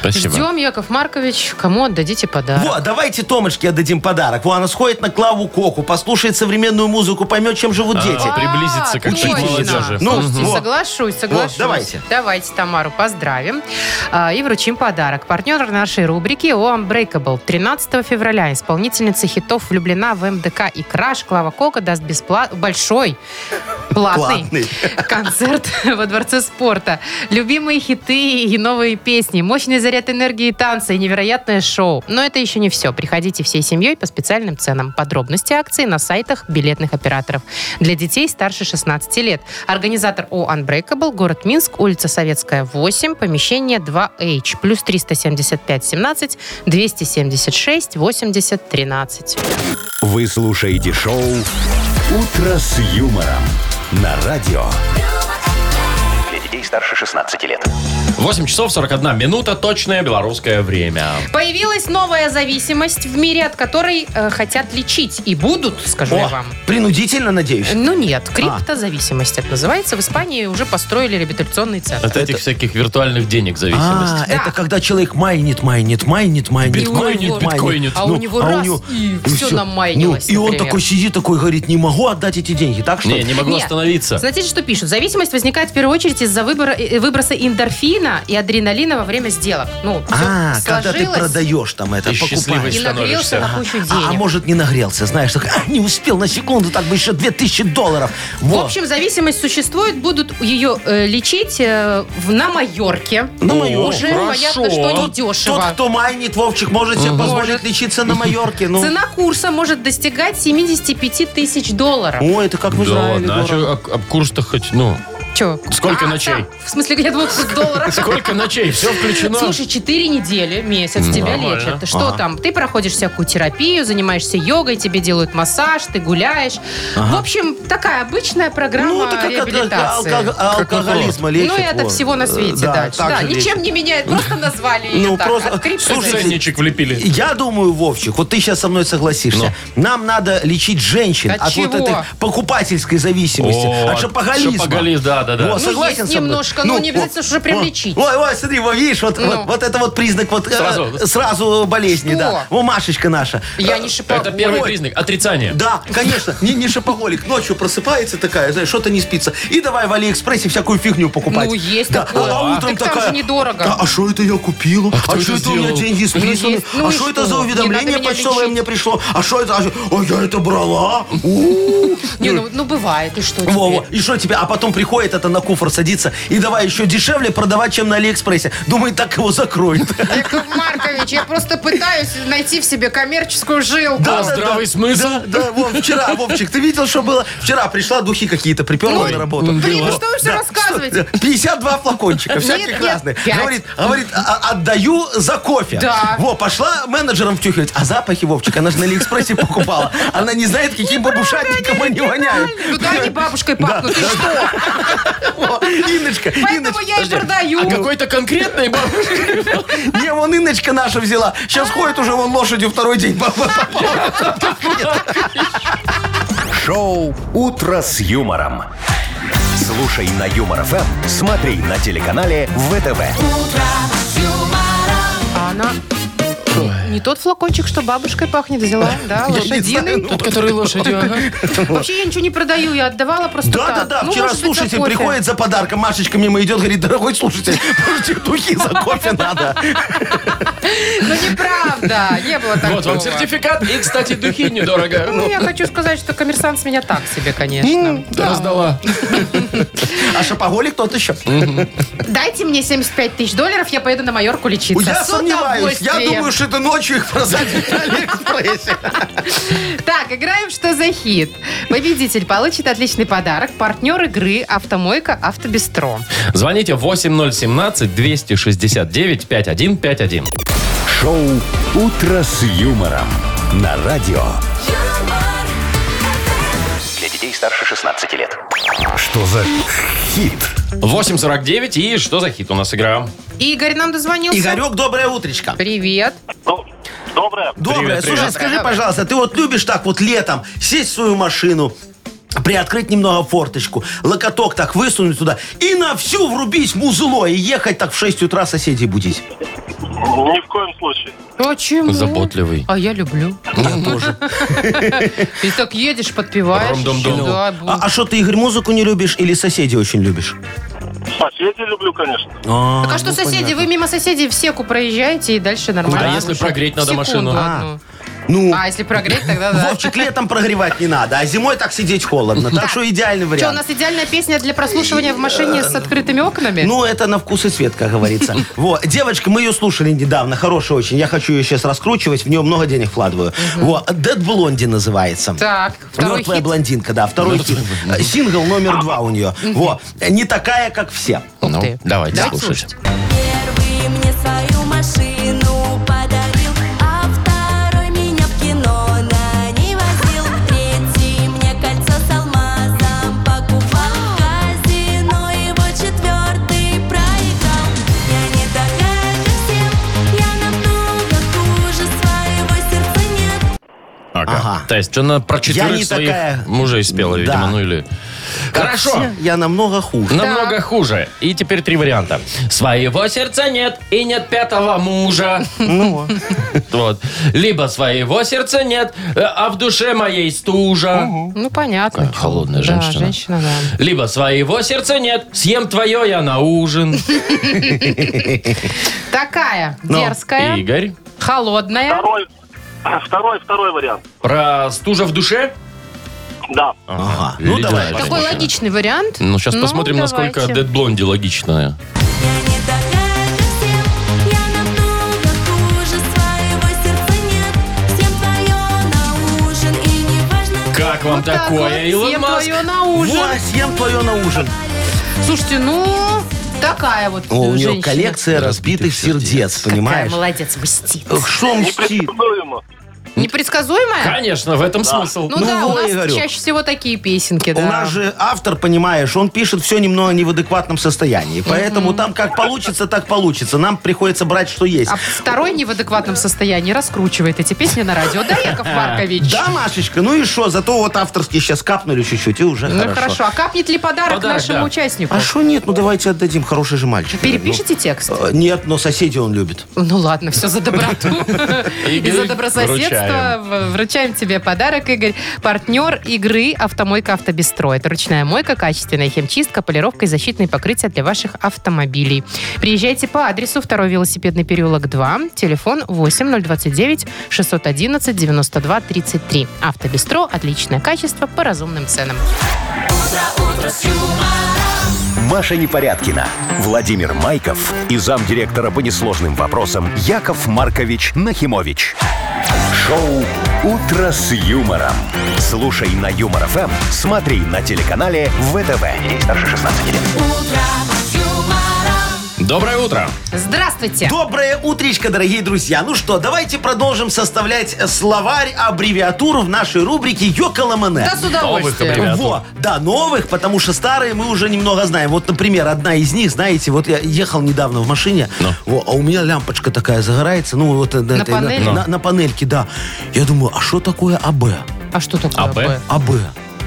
B: Спасибо.
C: Ждем, Яков Маркович, кому отдадите подарок.
D: Вот, давайте Томочке отдадим подарок. Во, она сходит на Клаву Коку, послушает современную музыку, поймет, чем живут дети.
B: А, приблизиться как-то
D: к молодежи.
C: Ну,
D: Ну,
C: Слушайте,
D: вот.
C: соглашусь, соглашусь.
D: Вот, давайте.
C: Давайте Тамару поздравим а, и вручим подарок. Партнер нашей рубрики «О Unbreakable». 13 февраля исполнительница хитов «Влюблена в МДК» и «Краш» Клава Кока даст бесплат... большой платный
D: Платный.
C: концерт [laughs] во Дворце спорта. Любимые хиты и новые песни, мощный заряд энергии и танца, и невероятное шоу. Но это еще не все. Приходите всей семьей по специальным ценам. Подробности акции на сайтах билетных операторов. Для детей старше 16 лет. Организатор О Unbreakable, город Минск, улица Советская, 8, помещение 2H, плюс 375 17 276 80 13.
A: Вы слушаете шоу «Утро с юмором» на радио.
E: Для детей старше 16 лет.
B: 8 часов 41 минута, точное белорусское время.
C: Появилась новая зависимость в мире, от которой э, хотят лечить и будут, скажу я
D: О,
C: вам.
D: принудительно, надеюсь.
C: Ну
D: А.
C: нет, криптозависимость это называется. В Испании уже построили реабилитационный центр.
B: От этих всяких виртуальных денег зависимость.
D: А, это когда человек майнит, майнит, майнит, майнит,
C: И у него-
D: майнит, Ну, майнит.
C: А у него раз, и всё
D: всё.
C: намайнилось,
D: Ну, И он
C: например.
D: такой сидит, такой говорит, не могу отдать эти деньги, так что?
B: Не, не могу
C: Нет.
B: остановиться.
C: Знаете, что пишут? Зависимость возникает в первую очередь из-за выбора- э, выброса эндорфина и адреналина во время сделок. Ну, всё
D: А, когда ты
C: сложилось,
D: продаешь там это,
B: И счастливый
C: и
D: покупаешь.
C: нагрелся
B: становишься.
C: на кучу денег.
D: А, а может не нагрелся, знаешь, так, «А, не успел на секунду, так бы еще 2000 долларов.
C: В
D: Во.
C: общем, зависимость существует, будут ее э, лечить э, в, на Майорке.
D: На Майорке.
C: Уже
B: хорошо.
C: понятно, что не дешево.
D: Ну, Тот, кто майнит, Вовчик, может себе позволить
C: Может.
D: лечиться на Майорке. Ну.
C: Цена курса может достигать 75 тысяч долларов.
D: Ой, это как в
B: Да
D: Израиле.
B: ладно, а
D: дорого.
B: чё, а- а курс-то хоть, ну,
C: Че?
B: Сколько ночей?
C: А, в смысле, я думала, курс доллара.
B: сколько ночей, все включено?
C: Слушай, 4 недели, месяц тебя
B: ну, Нормально.
C: лечат. Ты Что там? Ты проходишь всякую терапию, занимаешься йогой, тебе делают массаж, ты гуляешь. В общем, такая обычная программа
D: Ну, это как
C: реабилитации.
D: алко- алко- алкоголизма лечит.
C: ну, это
D: вот.
C: всего на свете,
D: Да,
C: да.
D: так
C: Да,
D: же
C: ничем
D: лечит.
C: не меняет, просто назвали ее
D: Ну,
C: так.
D: просто-
C: Открыто
D: слушай,
C: зависит.
B: Ценничек влепили. Ну.
D: Я думаю, Вовчик, вот ты сейчас со мной согласишься. Нам надо лечить женщин
C: От
D: от, вот
C: чего?
D: этой покупательской зависимости,
B: О,
D: от
B: от
D: шапоголизма.
B: шопоголизма, да, да, да.
D: Во,
B: Ну,
D: согласен
C: есть
D: со мной?
C: немножко, но не обязательно,
D: о,
C: что прям
D: о.
C: лечить.
D: Ой, ой, смотри, вот видишь, вот,
C: Ну.
D: вот, вот это вот признак вот э,
B: Сразу.
D: сразу болезни,
C: Что?
D: да. Во, Машечка наша.
C: Я не шипа.
B: Это первый признак, отрицание.
D: Да, конечно, не, не шопоголик. Ночью просыпается такая, знаешь, что-то не спится. И давай в Алиэкспрессе всякую фигню покупать.
C: Ну, есть
D: Да,
C: такое.
D: А,
C: Так
D: утром
C: там
D: такая,
C: же недорого.
D: «Да, а что это я купила?
B: кто
D: А
B: это
D: что это у меня
B: сделал?
D: деньги списаны?
C: есть, ну
D: а
C: и
D: что
C: что?
D: это за
C: Не надо
D: уведомление
C: меня
D: почтовое
C: лечить.
D: мне пришло? А что это? А что- А я это брала? У-у-у».
C: Не, ну, ну, бывает, и что теперь?
D: Во-во, и что тебе? А потом приходит это на куфор садится и давай еще дешевле продавать, чем на Алиэкспрессе. Думаю, так его закроют.
C: Яков Маркович, я просто пытаюсь найти в себе коммерческую жилку.
D: Да,
B: А здравый смысл?
D: Да, Вов, вчера, Вовчик, ты видел, что было? Вчера пришла духи какие-то, приперла
C: Ну,
D: на работу.
C: Блин, ну что вы все
D: Да,
C: рассказываете?
D: что- 52 флакончика, всяких
C: нет,
D: разных.
C: пять.
D: Говорит, говорит, «А- отдаю за кофе.
C: Да.
D: Во, пошла менеджером втюхивать. А запахи, Вовчик, она же на Алиэкспрессе покупала. Она не знает, каким бабушатником они воняют.
C: Ну да, они бабушкой пахнут, ты что?
D: Во, Инночка,
C: Поэтому
D: Инночка,
C: я и
D: подожди.
C: продаю.
B: А какой-то конкретный бабушка?
D: Не, вон Инночка наша взяла.
C: А.
D: Сейчас ходит уже вон лошадью второй день.
C: Ну,
A: Шоу «Утро с юмором». Слушай на Юмор ФМ, смотри на телеканале ВТВ.
C: А она... не- Не тот флакончик, что бабушкой пахнет,
D: [laughs]
C: взяла, да, лошадиный.
B: Тот, который лошадью, ага.
C: Вообще я ничего не продаю, я отдавала просто
D: Да,
C: так.
D: да, да.
C: Ну,
D: Вчера
C: может быть, за
D: слушатель
C: кофе.
D: приходит за подарком. Машечка мимо идет, говорит, дорогой слушатель, можете духи за кофе надо.
C: Ну, неправда, не было
B: [laughs]
C: такого.
B: Вот вам сертификат и, кстати, духи недорого.
C: Ну, я хочу сказать, что коммерсант с меня так себе, конечно.
D: Ну.
B: Раздала.
D: А шапоголик тот еще.
C: Дайте мне 75 тысяч долларов, я поеду на Майорку лечиться.
D: Я
C: С
D: сомневаюсь. Я
C: удовольствием.
D: думаю, что это ночью их просадит на Алиэкспрессе.
C: Так, играем «Что за хит?». Победитель получит отличный подарок. Партнер игры «Автомойка Автобестро».
B: Звоните 8017-269-5151.
A: Шоу «Утро с юмором» на радио.
H: юмор,
E: Для детей старше 16 лет.
A: Что за хит?
B: 8.49 и что за хит у нас игра?
C: Игорь нам дозвонился.
D: Игорек, доброе утречко.
C: Привет.
F: Ну, Доброе.
D: Доброе.
B: Привет,
D: Слушай,
B: привет.
D: скажи, пожалуйста, ты вот любишь так вот летом сесть в свою машину, приоткрыть немного форточку, локоток так высунуть туда и на всю врубить музло и ехать так в 6 утра соседей будить.
F: Ни в коем случае.
C: Почему?
B: Заботливый.
C: А я люблю.
D: Я тоже.
C: Ты так едешь, подпеваешь.
B: Ром-дом-дом.
C: Да, бу-
D: А а что, ты, Игорь, музыку не любишь или соседей очень любишь?
F: Соседей люблю, конечно.
C: Так а что соседи? Вы мимо соседей в секу проезжаете и дальше нормально.
B: А если прогреть надо машину?
C: Секунду одну.
D: Ну,
C: А, если прогреть, тогда да.
D: Вовчик, летом прогревать не надо, а зимой так сидеть холодно. Так что идеальный
C: Что, у
D: вариант.
C: нас идеальная песня для прослушивания в машине с открытыми окнами?
D: Ну, это на вкус и цвет, как говорится.
C: [laughs]
D: Вот. Девочка, мы ее слушали недавно, хорошая очень. Я хочу ее сейчас раскручивать, в нее много денег вкладываю. Вот. Дед Блонди называется.
C: Так, второй
D: Мертвая
C: хит.
D: блондинка, да, второй хит. Э, Сингл номер два у нее. Вот. Не такая, как все.
C: Ух
B: Ну,
C: ты.
B: давайте
C: Давайте
B: слушать.
H: Первый мне свою машину подарил, а второй меня в кино на ней возил. Третий мне кольцо с алмазом покупал, в казино его четвертый проиграл. Я не такая, как все, я намного хуже, своего сердца нет.
B: Ага.
D: Ага.
B: То есть она про четверых
D: не
B: своих
D: такая.
B: мужей спела,
D: Да.
B: видимо, ну или... Хорошо.
D: Все, я намного хуже.
B: Намного хуже. И теперь три варианта. Своего сердца нет и нет пятого мужа.
D: Ну.
B: [laughs] Вот. Либо своего сердца нет, э, а в душе моей стужа.
C: Ну, понятно.
B: холодная
C: Да,
B: женщина.
C: женщина, да.
B: Либо своего сердца нет, съем твое я на ужин.
C: Такая дерзкая,
B: Игорь,
C: холодная.
F: Второй, второй, второй вариант.
B: про стужа в душе?
F: Да.
D: Ага. Ну,
B: Ледяная
D: давай.
B: женщина.
C: Такой логичный вариант.
B: Ну, сейчас посмотрим, насколько
C: давайте.
B: Дед Блонди логичная.
H: Я не такая, как всем, я намного хуже Своего сердца нет, всем твое на ужин И не важно,
B: Как вам
C: Вот Ну, так вот,
B: такое, Илон
C: съем
B: Маск?
C: твоё на ужин.
D: Вот, съем твое на ужин.
C: Слушайте, ну, такая вот
D: О, у
C: э,
D: нее
C: женщина.
D: коллекция разбитых сердец,
C: Такая
D: понимаешь?
C: молодец, мстит.
D: Эх, Что мстит?
C: Непредсказуемая?
B: Конечно, в этом смысл.
C: Ну,
D: Ну,
C: да, у
D: вот
C: нас
D: и говорю.
C: чаще всего такие песенки,
D: У
C: да.
D: нас же автор, понимаешь, он пишет все немного не в адекватном состоянии. Поэтому там как получится, так получится. Нам приходится брать, что есть.
C: А второй не в адекватном состоянии раскручивает эти песни на радио. Да, Яков Маркович?
D: [laughs] Да, Машечка, ну и что? Зато вот авторские сейчас капнули чуть-чуть, и уже
C: Ну,
D: хорошо.
C: хорошо. А капнет ли подарок
B: Подарок,
C: нашему
B: да.
C: участнику?
D: А что нет? Ну давайте отдадим, хороший же мальчик.
C: Перепишите текст?
D: Ну, э, Нет, но соседей он любит.
C: Ну ладно, все за доброту.
D: [laughs]
C: И
B: Игорь,
C: за добрососедство
B: вручаем.
C: В- вручаем тебе подарок, Игорь. Партнер игры «Автомойка Автобестро». Это ручная мойка, качественная химчистка, полировка и защитные покрытия для ваших автомобилей. Приезжайте по адресу 2 велосипедный переулок 2, телефон 8029 611 92 33. Автобестро – отличное качество по разумным ценам.
A: Маша Непорядкина, Владимир Майков и замдиректора по несложным вопросам Яков Маркович Нахимович. Шоу «Утро с юмором». Слушай на Юмор ФМ, смотри на телеканале ВТВ. Ей старше 16 лет.
B: Доброе утро.
C: Здравствуйте!
D: Доброе утречко, дорогие друзья. Ну что, давайте продолжим составлять э, словарь, аббревиатуру в нашей рубрике Йокаламане.
C: Да с удовольствием.
B: Новых
D: Во, да, новых, потому что старые мы уже немного знаем. Вот, например, одна из них, знаете, вот я ехал недавно в машине,
B: Ну.
D: во, а у меня лампочка такая загорается, ну вот э, на, этой, на-
C: панели?
D: на- на панельке, да. Я думаю, а что такое АБ?
C: А что такое
B: А, Б?
C: «Б»?
D: АБ.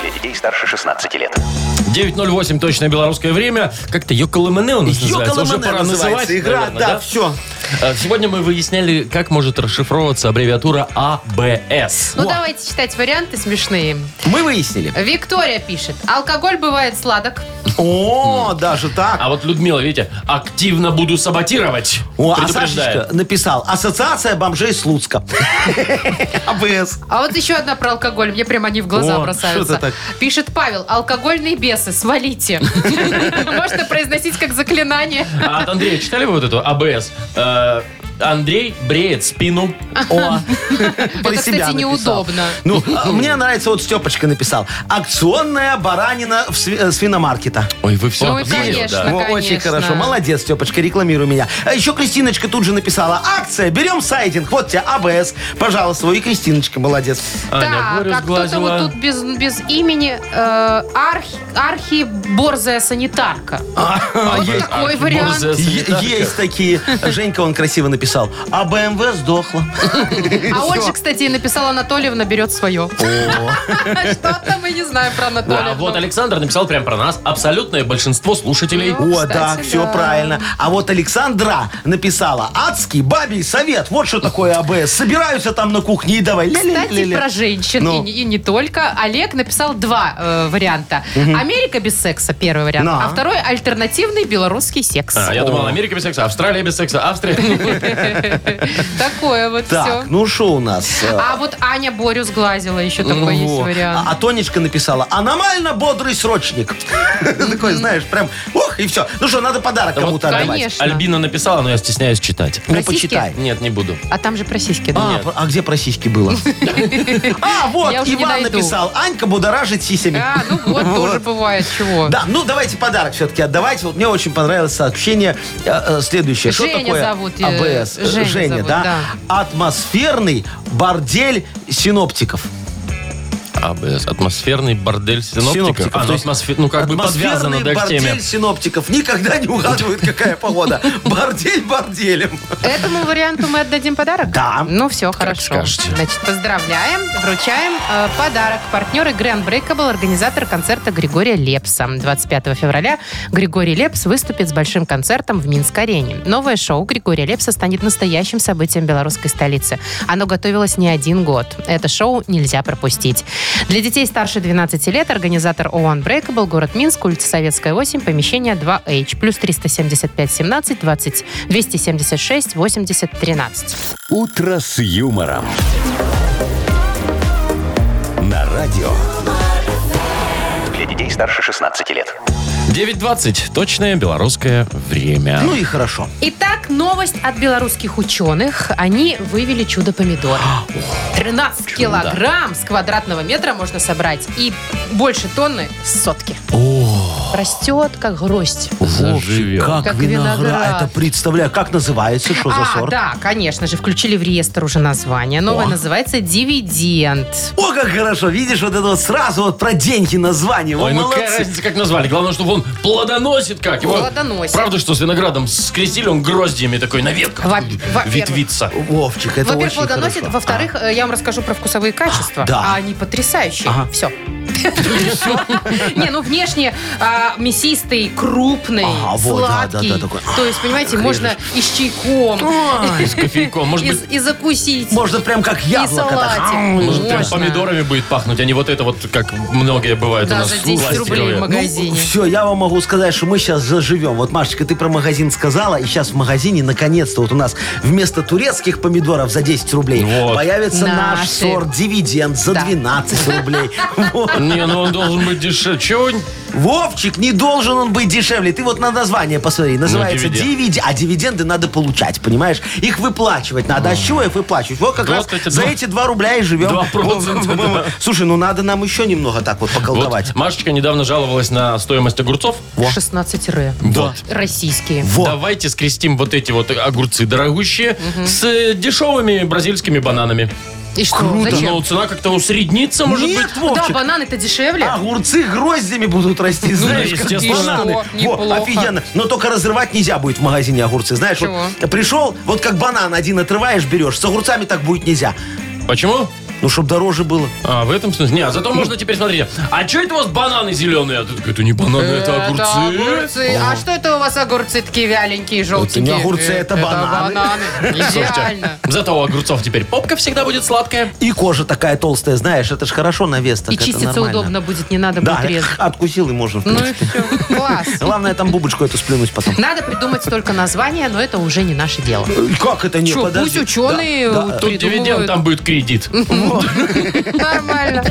E: Для детей старше 16 лет.
B: 9.08 точное белорусское время. Как-то Йоколэмэне у нас называется. Уже
D: Йокаламане
B: пора называть,
D: называется игра.
B: наверное,
D: Да, все.
B: Э, Сегодня мы выясняли, как может расшифровываться аббревиатура А АБС.
C: Ну, давайте читать варианты смешные.
D: Мы выяснили.
C: Виктория пишет. Алкоголь бывает сладок.
D: О, даже так.
B: А вот Людмила, видите, активно буду саботировать.
D: О, а
B: предупреждает.
D: Сашечка написал Ассоциация
C: [laughs]
D: бомжей Слуцка. АБС.
C: А вот еще одна про алкоголь. Мне прям они в глаза
D: О,
C: бросаются.
D: что-то так.
C: Пишет Павел. Алкогольные бесы, свалите. [laughs] Можно произносить как заклинание.
B: А от Андрея читали вы вот эту АБС? Э, Андрей бреет спину.
C: А,
D: О, [laughs] про
C: Это,
D: себя
C: кстати,
D: написал.
C: неудобно.
D: Ну, а, мне нравится, вот Степочка написал. Акционная баранина в сви- э, свиномаркета.
B: Ой, вы все
C: Ой, ну, конечно.
D: Во, очень
C: конечно.
D: хорошо. Молодец, Степочка, рекламируй меня. А еще Кристиночка тут же написала. Акция, берем сайдинг. Вот тебе АБС. Пожалуйста, и Кристиночка, молодец.
B: Аня,
C: Так,
B: горе
C: а кто-то
B: сглазила.
C: вот тут без, без имени э, архи, архи-борзая санитарка.
B: А,
C: вот
B: есть
C: такой
B: архиборзая
C: вариант.
D: Е-
B: санитарка.
D: Есть такие. Женька, он красиво написал, а БМВ сдохла.
C: А он же, кстати, и написал Анатольевна берет свое. [laughs] Что-то мы не знаем про
B: Да, вот
C: Анатольевну.
B: Александр написал прям про нас. Абсолютное большинство слушателей.
C: Ну,
D: О,
C: кстати,
D: так, все
C: да.
D: правильно. А вот Александра написала, адский бабий совет, вот что такое АБС. Собираются там на кухне и давай.
C: Кстати,
D: ля-ля-ля-ля.
C: про женщин
D: Ну.
C: и, не- и не только. Олег написал два э, варианта. Америка без секса, первый вариант.
D: На.
C: А второй альтернативный белорусский секс.
B: А, я думал, Америка без секса, Австралия без секса, Австрия.
C: Такое вот
D: Так,
C: все.
D: ну что у нас? э,
C: А вот Аня Борю сглазила, еще такой есть
D: Во.
C: вариант.
D: А, а Тонечка написала, аномально бодрый срочник. [laughs] Такой, знаешь, прям, ух, и все. Ну что, надо подарок
B: Да вот
D: кому-то отдавать.
C: Конечно.
B: Альбина написала, но я стесняюсь читать.
D: Ну,
C: Российский?
D: почитай.
B: Нет, не буду.
C: А там же про сиськи, да?
D: А,
B: Нет.
D: про- а где про
C: [laughs]
D: сиськи было? [laughs] А, вот,
C: Я уже не
D: Иван
C: найду.
D: написал. Анька будоражит сисями.
C: А, ну вот, тоже бывает, чего.
D: Да, ну давайте подарок все-таки отдавать. Вот мне очень понравилось сообщение э, э, следующее. Что
C: Женя
D: такое
C: зовут, э,
D: АБС? Э,
C: Женя зовут,
D: да? Атмосферный бордель синоптиков.
B: АБС. А, Атмосферный бордель синоптиков.
D: Синоптиков,
B: А,
D: то
B: ну,
D: есть
B: атмосфе- ну, как бы
D: Атмосферный
B: подвязано да, к
D: бордель
B: теме.
D: синоптиков. Никогда не угадывают, какая погода. Бордель борделем.
C: Этому варианту мы отдадим подарок?
D: Да.
C: Ну все, хорошо.
B: скажете.
C: Значит, поздравляем, вручаем э, подарок. Партнер игры Unbreakable, организатор концерта Григория Лепса. 25 февраля Григорий Лепс выступит с большим концертом в Минск-арене. Новое шоу Григория Лепса станет настоящим событием белорусской столицы. Оно готовилось не один год. Это шоу нельзя пропустить. Для детей старше 12 лет организатор ООО Unbreakable, город Минск, улица Советская, 8, помещение 2H, плюс 375 17 20 276 80 13.
A: «Утро с юмором». На радио.
E: Для детей старше 16 лет.
B: 9.20. Точное белорусское время.
D: Ну и хорошо.
C: Итак, новость от белорусских ученых. Они вывели чудо-помидор. 13 килограмм с квадратного метра можно собрать и больше тонны с сотки. Растет, как гроздь.
B: Заживем.
D: Как,
C: Как
D: виноград.
C: виноград.
D: Это представляю. Как называется? Что за
C: А,
D: сорт?
C: да, конечно же, включили в реестр уже название. Новое
D: О.
C: называется «Дивиденд».
D: О, как хорошо. Видишь, вот это вот сразу вот про деньги название. Вы
B: Ой, ну
D: молодцы.
B: какая разница, как назвали. Главное, чтобы он плодоносит как. Его...
C: Плодоносит.
B: Правда, что с виноградом скрестили, он гроздьями такой на ветках
C: Во- во-первых.
B: ветвится.
D: Вовчик, это
C: Во-первых,
D: очень
C: плодоносит.
D: хорошо. А.
C: Во-вторых, э, я вам расскажу про вкусовые качества.
D: Да.
C: А они потрясающие.
D: Ага.
C: Все. Не, ну внешне а, мясистый, крупный,
D: Ага, вот, да, да,
C: сладкий.
D: да, такой.
C: То есть, понимаете, можно и с чайком,
B: И с кофейком. Может
C: и
B: быть,
C: с- и закусить, и
D: Можно А, прям как яблоко. так. а,
C: салатик.
B: Может, прям
C: Можно.
B: помидорами будет пахнуть, а не вот это вот, как многие бывают у
C: Да,
B: нас.
C: за 10 рублей в
B: пластиковые.
C: магазине.
D: Все, Ну, я вам могу сказать, что мы сейчас заживем. Вот, Машечка, ты про магазин сказала, и сейчас в магазине, наконец-то, вот у нас вместо турецких помидоров за 10 рублей
B: Вот.
D: появится наш
C: Наши.
D: сорт «Дивиденд» за
B: [laughs]
C: Да.
D: 12 рублей. Вот.
B: Не, ну он должен быть дешевле. Чего? он-
D: Вовчик, не должен он быть дешевле. Ты вот на название посмотри. Называется
B: дивиденд.
D: «Дивиденд», а дивиденды надо получать, понимаешь? Их выплачивать надо. А с чего их выплачивать? Вот как
B: Вот
D: раз
B: эти
D: за
B: два-
D: эти 2 рубля и живем.
B: Два
D: [laughs]
B: процента, да.
D: Слушай, ну надо нам еще немного так вот
B: Вот
D: поколдовать.
B: Машечка недавно жаловалась на стоимость огурцов.
C: 16 ре.
B: Да.
C: Российские.
B: Давайте скрестим вот эти вот огурцы дорогущие с э, дешевыми бразильскими бананами.
C: И что,
B: Но
D: Круто,
C: зачем? Ну
B: цена как-то усреднится, может
D: Нет,
B: быть.
C: Да,
D: Вовчик,
C: бананы-то дешевле.
D: А, Огурцы гроздями будут расти, знаешь, как
B: естественно.
D: бананы.
C: И что?
D: Во,
C: Ну, Неплохо.
D: офигенно. Но только разрывать нельзя будет в магазине огурцы. Знаешь, вот
C: Чего?
D: пришел, вот как банан один отрываешь, берешь. С огурцами так будет нельзя.
B: Почему?
D: Ну, чтоб дороже было.
B: А, в этом смысле? Не, а зато можно теперь смотреть. А что это у вас бананы зеленые? А ты такой, это не бананы,
C: Э,
B: это огурцы.
C: Это огурцы. А что это у вас огурцы такие вяленькие, желтенькие?
D: не огурцы, это бананы. [laughs]
B: Слушайте,
C: Идеально.
B: зато у огурцов теперь попка всегда будет сладкая.
D: И кожа такая толстая, знаешь, это ж хорошо на вес. так
C: И
D: это
C: чиститься
D: нормально.
C: удобно будет, не надо
D: Да,
C: будет резать.
D: откусил и можно. в
C: Ну и
D: принципе.
C: все, класс.
D: Главное, там бубочку эту сплюнуть потом.
C: Надо придумать только название, но это уже не наше дело.
D: Э, Как это не
C: Чё,
D: подожди.
C: пусть ученые
D: Да, да.
C: э,
B: Тут
C: придумывают.
B: дивиденд, там будет кредит.
C: Нормально.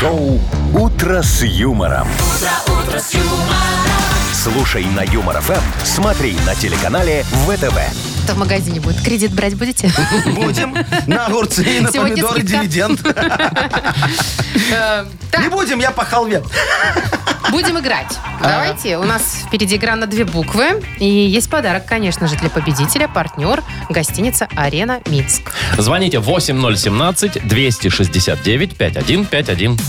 A: Шоу «Утро с юмором». Слушай на Юмор ФМ, смотри на телеканале ВТВ.
C: Это в магазине будет. Кредит брать будете? [laughs]
D: Будем на огурцы и на
C: Сегодня
D: помидоры
C: скидка.
D: дивиденд.
C: Э,
D: Не
C: Так,
D: будем, я по халве.
C: будем играть. Давайте, у нас впереди игра на две буквы. И есть подарок, конечно же, для победителя. Партнер гостиница «Арена Минск».
B: Звоните 8017-269-5151.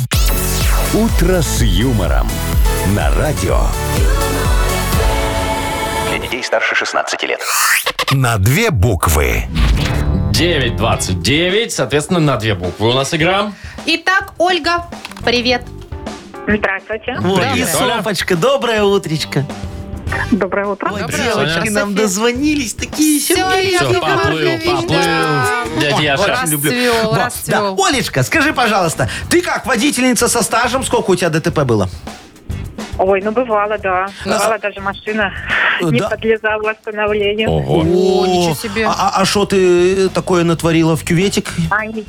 A: «Утро с юмором» на радио.
E: Для детей старше 16 лет.
A: На две буквы.
B: 9.29, соответственно, на две буквы у нас игра.
C: Итак, Ольга, привет.
G: Здравствуйте.
D: Вот, и
B: Привет, Оля.
D: Софочка, доброе утречко.
G: Доброе утро.
D: Ой,
C: Доброе
D: девочки
B: утро,
D: нам
C: Софи.
D: дозвонились, такие
C: Всё,
D: сюрпризы.
B: Всё,
C: Яков
B: поплыл,
C: Маркович,
B: поплыл.
C: да.
B: Дядя Яша.
D: Очень люблю.
C: Расцвёл,
D: Во,
C: расцвёл.
D: да. Олечка, скажи, пожалуйста, ты как водительница со стажем, сколько у тебя ДТП было?
G: Ой, ну бывало, да. Бывало даже машина
D: Э,
G: не
D: да.
G: подлезала остановлению.
B: Ого.
C: О, ничего себе.
D: А что ты такое натворила в кюветик?
G: А, не,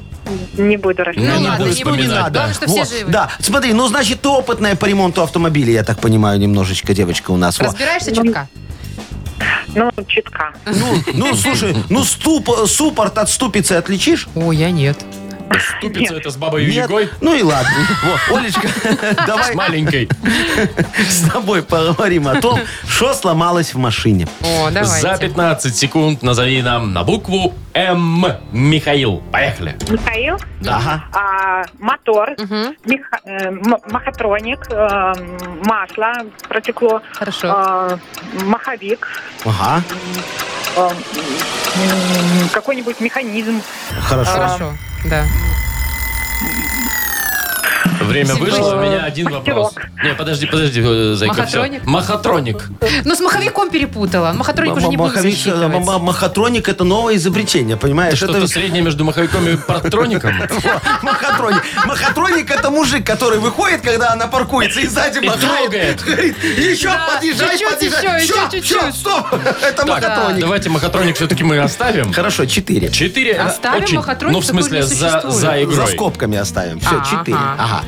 G: не буду рассказывать.
B: Ну, не
C: ладно,
B: буду
C: не будем,
B: вспоминать, да.
C: надо. Главное, что все живы.
D: Да, смотри, ну, значит, ты опытная по ремонту автомобиля, я так понимаю, немножечко девочка у нас. Во.
C: Разбираешься чутка?
G: Ну, чутка.
D: Ну, ну, слушай, ну, ступ- суппорт от ступицы отличишь?
C: О, я нет.
B: Ступица это с бабой Югой.
D: Ну и ладно.
C: [laughs]
D: Во, Олечка,
B: С
D: давай
B: маленькой.
D: с тобой поговорим о том, что сломалось в машине.
C: О, давайте.
B: За 15 секунд назови нам на букву М. Михаил. Поехали.
G: Михаил,
D: Ага.
G: а, мотор,
C: Мгм.
G: меха- э, м- махатроник, э, масло протекло,
C: Хорошо.
G: э, маховик,
D: Ага,
G: э, м, какой-нибудь механизм.
D: хорошо.
C: Хорошо. Да.
B: Время
C: Спасибо.
B: вышло, у меня один вопрос. Не, подожди, подожди, э, Зайка. всё.
C: Махатроник?
B: Махатроник.
C: Ну, с маховиком перепутала. Махатроник уже не буду
D: Маховик, э, м-
C: засчитывать.
D: м- Махатроник это новое изобретение, понимаешь?
B: Что-то [laughs] среднее между маховиком и [laughs] парктроником.
D: [laughs] Махатроник. Махатроник это мужик, который выходит, когда она паркуется, и сзади
B: И
D: махает.
B: трогает.
D: Говорит, еще
C: Да,
D: подъезжай,
C: чуть-чуть
D: подъезжай.
C: еще,
D: Всё,
C: еще
D: всё,
C: чуть-чуть.
D: стоп. [laughs] Это
B: Так,
D: махатроник.
B: давайте махатроник все-таки мы оставим.
D: Хорошо, четыре.
B: Четыре. э,
C: Оставим
B: очень-
C: махатроник,
B: Ну, в
C: такой
B: смысле,
C: не
B: за,
C: существует.
B: за игрой.
D: За скобками оставим. Все,
C: А,
D: четыре.
C: ага.
D: Ага.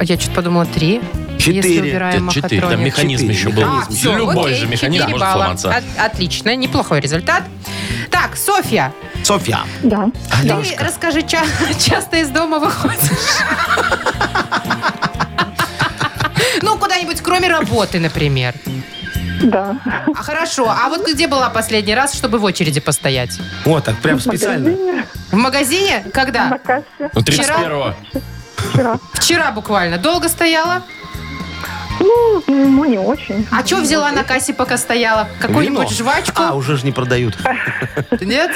C: А Я что-то подумала, три. Если
D: Четыре.
B: Нет,
C: убираем
B: четыре, там
C: махатроник.
B: механизм еще был.
C: А, все,
B: Любой
C: окей,
B: же механизм
C: четыре
B: может
C: балла.
B: сломаться.
C: От- отлично, неплохой результат. Так, Софья,
D: Софья.
G: Да.
C: ты расскажи, ча- [laughs] часто из дома выходишь? [laughs] Ну, куда-нибудь, кроме работы, например.
G: Да.
C: А хорошо, а вот где была последний раз, чтобы в очереди постоять?
D: Вот так, прям специально.
C: В магазине? Когда?
G: кассе.
B: Ну,
C: А Вчера-
B: 31-го.
C: Вчера буквально. Долго стояла?
G: Ну, ну, не очень.
C: А что взяла на кассе, пока стояла? Какую-нибудь
D: Вино.
C: жвачку?
D: А, уже же не продают.
C: Нет?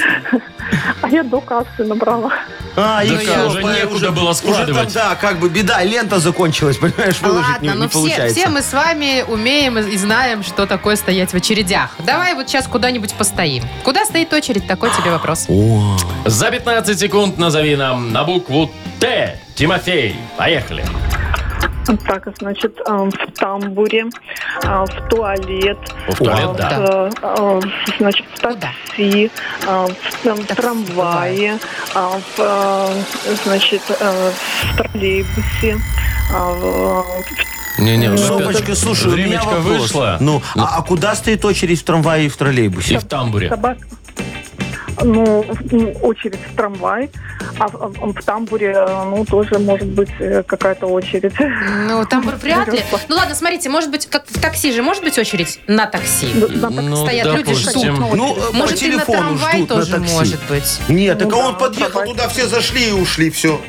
G: А я до кассы набрала.
D: А,
B: Да
D: всё,
B: уже
D: по-
B: некуда было
D: Вот
B: складывать.
D: там, Да, как бы беда, лента закончилась, [laughs] понимаешь, выложить не
C: Ладно,
D: не
C: но все, все
D: получается.
C: мы с вами умеем и и знаем, что такое стоять в очередях. Давай вот сейчас куда-нибудь постоим. Куда стоит очередь, такой тебе вопрос.
D: О,
B: За 15 секунд назови нам на букву Т. Тимофей. Поехали.
G: Так, значит, э, в тамбуре, э, в туалет,
B: В туалет,
G: э,
B: да.
G: э, э, значит, в такси, э, в там,
C: Такси,
G: трамвае, э, в, э, значит, э, в троллейбусе, э, в-
B: Не-не, уже
D: Софочка,
B: опять.
D: слушай, у меня
B: ну, Времечко
D: вопрос.
B: вышло.
D: Ну, а, а куда стоит очередь в трамвае и в
B: И
D: троллейбусе?
B: в тамбуре.
G: собак. Ну, в- очередь в трамвай, а в, в тамбуре, э, ну, тоже может быть э, какая-то очередь. [laughs]
C: Ну, там вряд ли. Ну ладно, смотрите, может быть, как в такси же может быть очередь на такси?
B: Ну,
C: Стоят люди,
B: допустим.
C: ждут.
D: Ну, э,
C: Может,
D: по
C: и на
D: телефону
C: трамвай
D: ждут, на
C: тоже
D: такси.
C: может быть.
D: Нет, так а
G: Ну
D: он
G: да,
D: подъехал
G: давай.
D: туда, все зашли и ушли, все.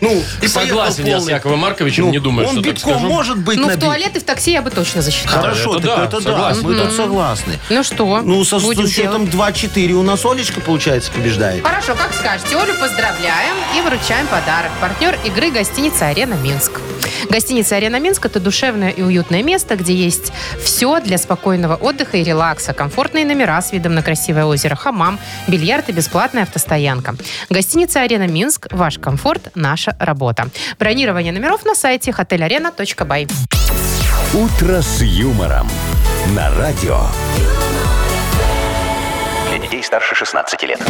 D: Ну, и
B: Согласен я с Яковом Марковичем, не думаю,
D: Ну, он
B: что так
D: битком
B: скажу.
D: может быть
C: Ну, в
D: набит.
C: туалет и в такси я бы точно засчитала.
D: Хорошо,
B: Это
D: так
B: да,
D: это да,
B: согласен.
D: мы тут согласны.
C: Ну что,
D: Ну, со
C: будем
D: счетом
C: делать?
D: 2-4 у нас Олечка, получается, побеждает.
C: Хорошо, как скажете. Олю поздравляем и вручаем подарок. Партнер игры гостиница «Арена Минск». Гостиница «Арена Минск» – это душевное и уютное место, где есть все для спокойного отдыха и релакса. Комфортные номера с видом на красивое озеро, хамам, бильярд и бесплатная автостоянка. Гостиница «Арена Минск» – ваш комфорт, наша работа. Бронирование номеров на сайте hotelarena.by.
A: «Утро с юмором» на радио.
E: Для детей старше 16 лет.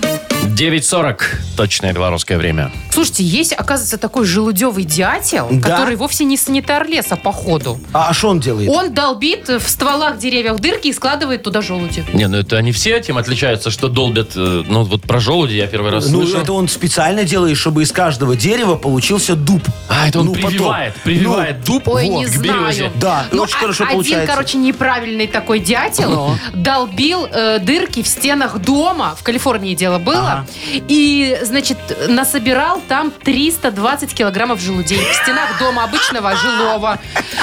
B: 9.40. Точное белорусское время.
C: Слушайте, есть, оказывается, такой желудевый дятел,
D: Да.
C: который вовсе не санитар леса, походу.
D: А что он делает?
C: Он долбит в стволах деревьев дырки и складывает туда желуди.
B: Не, ну это они все этим отличаются, что долбят. э, Ну вот про желуди я первый раз
D: Ну,
B: слышал.
D: это он специально делает, чтобы из каждого дерева получился дуб.
B: А, это он
D: Ну, потом. Ну,
B: прививает, прививает дуб
C: Ой,
B: вот,
C: не
B: к
C: знаю.
B: березе.
D: Да, и
C: Ну,
D: очень
C: а-
D: хорошо
C: один,
D: получается.
C: короче, неправильный такой дятел долбил э, дырки в стенах дома. В Калифорнии дело было.
D: Ага.
C: И, значит, насобирал там 320 килограммов желудей в стенах дома
D: [laughs]
C: обычного жилого.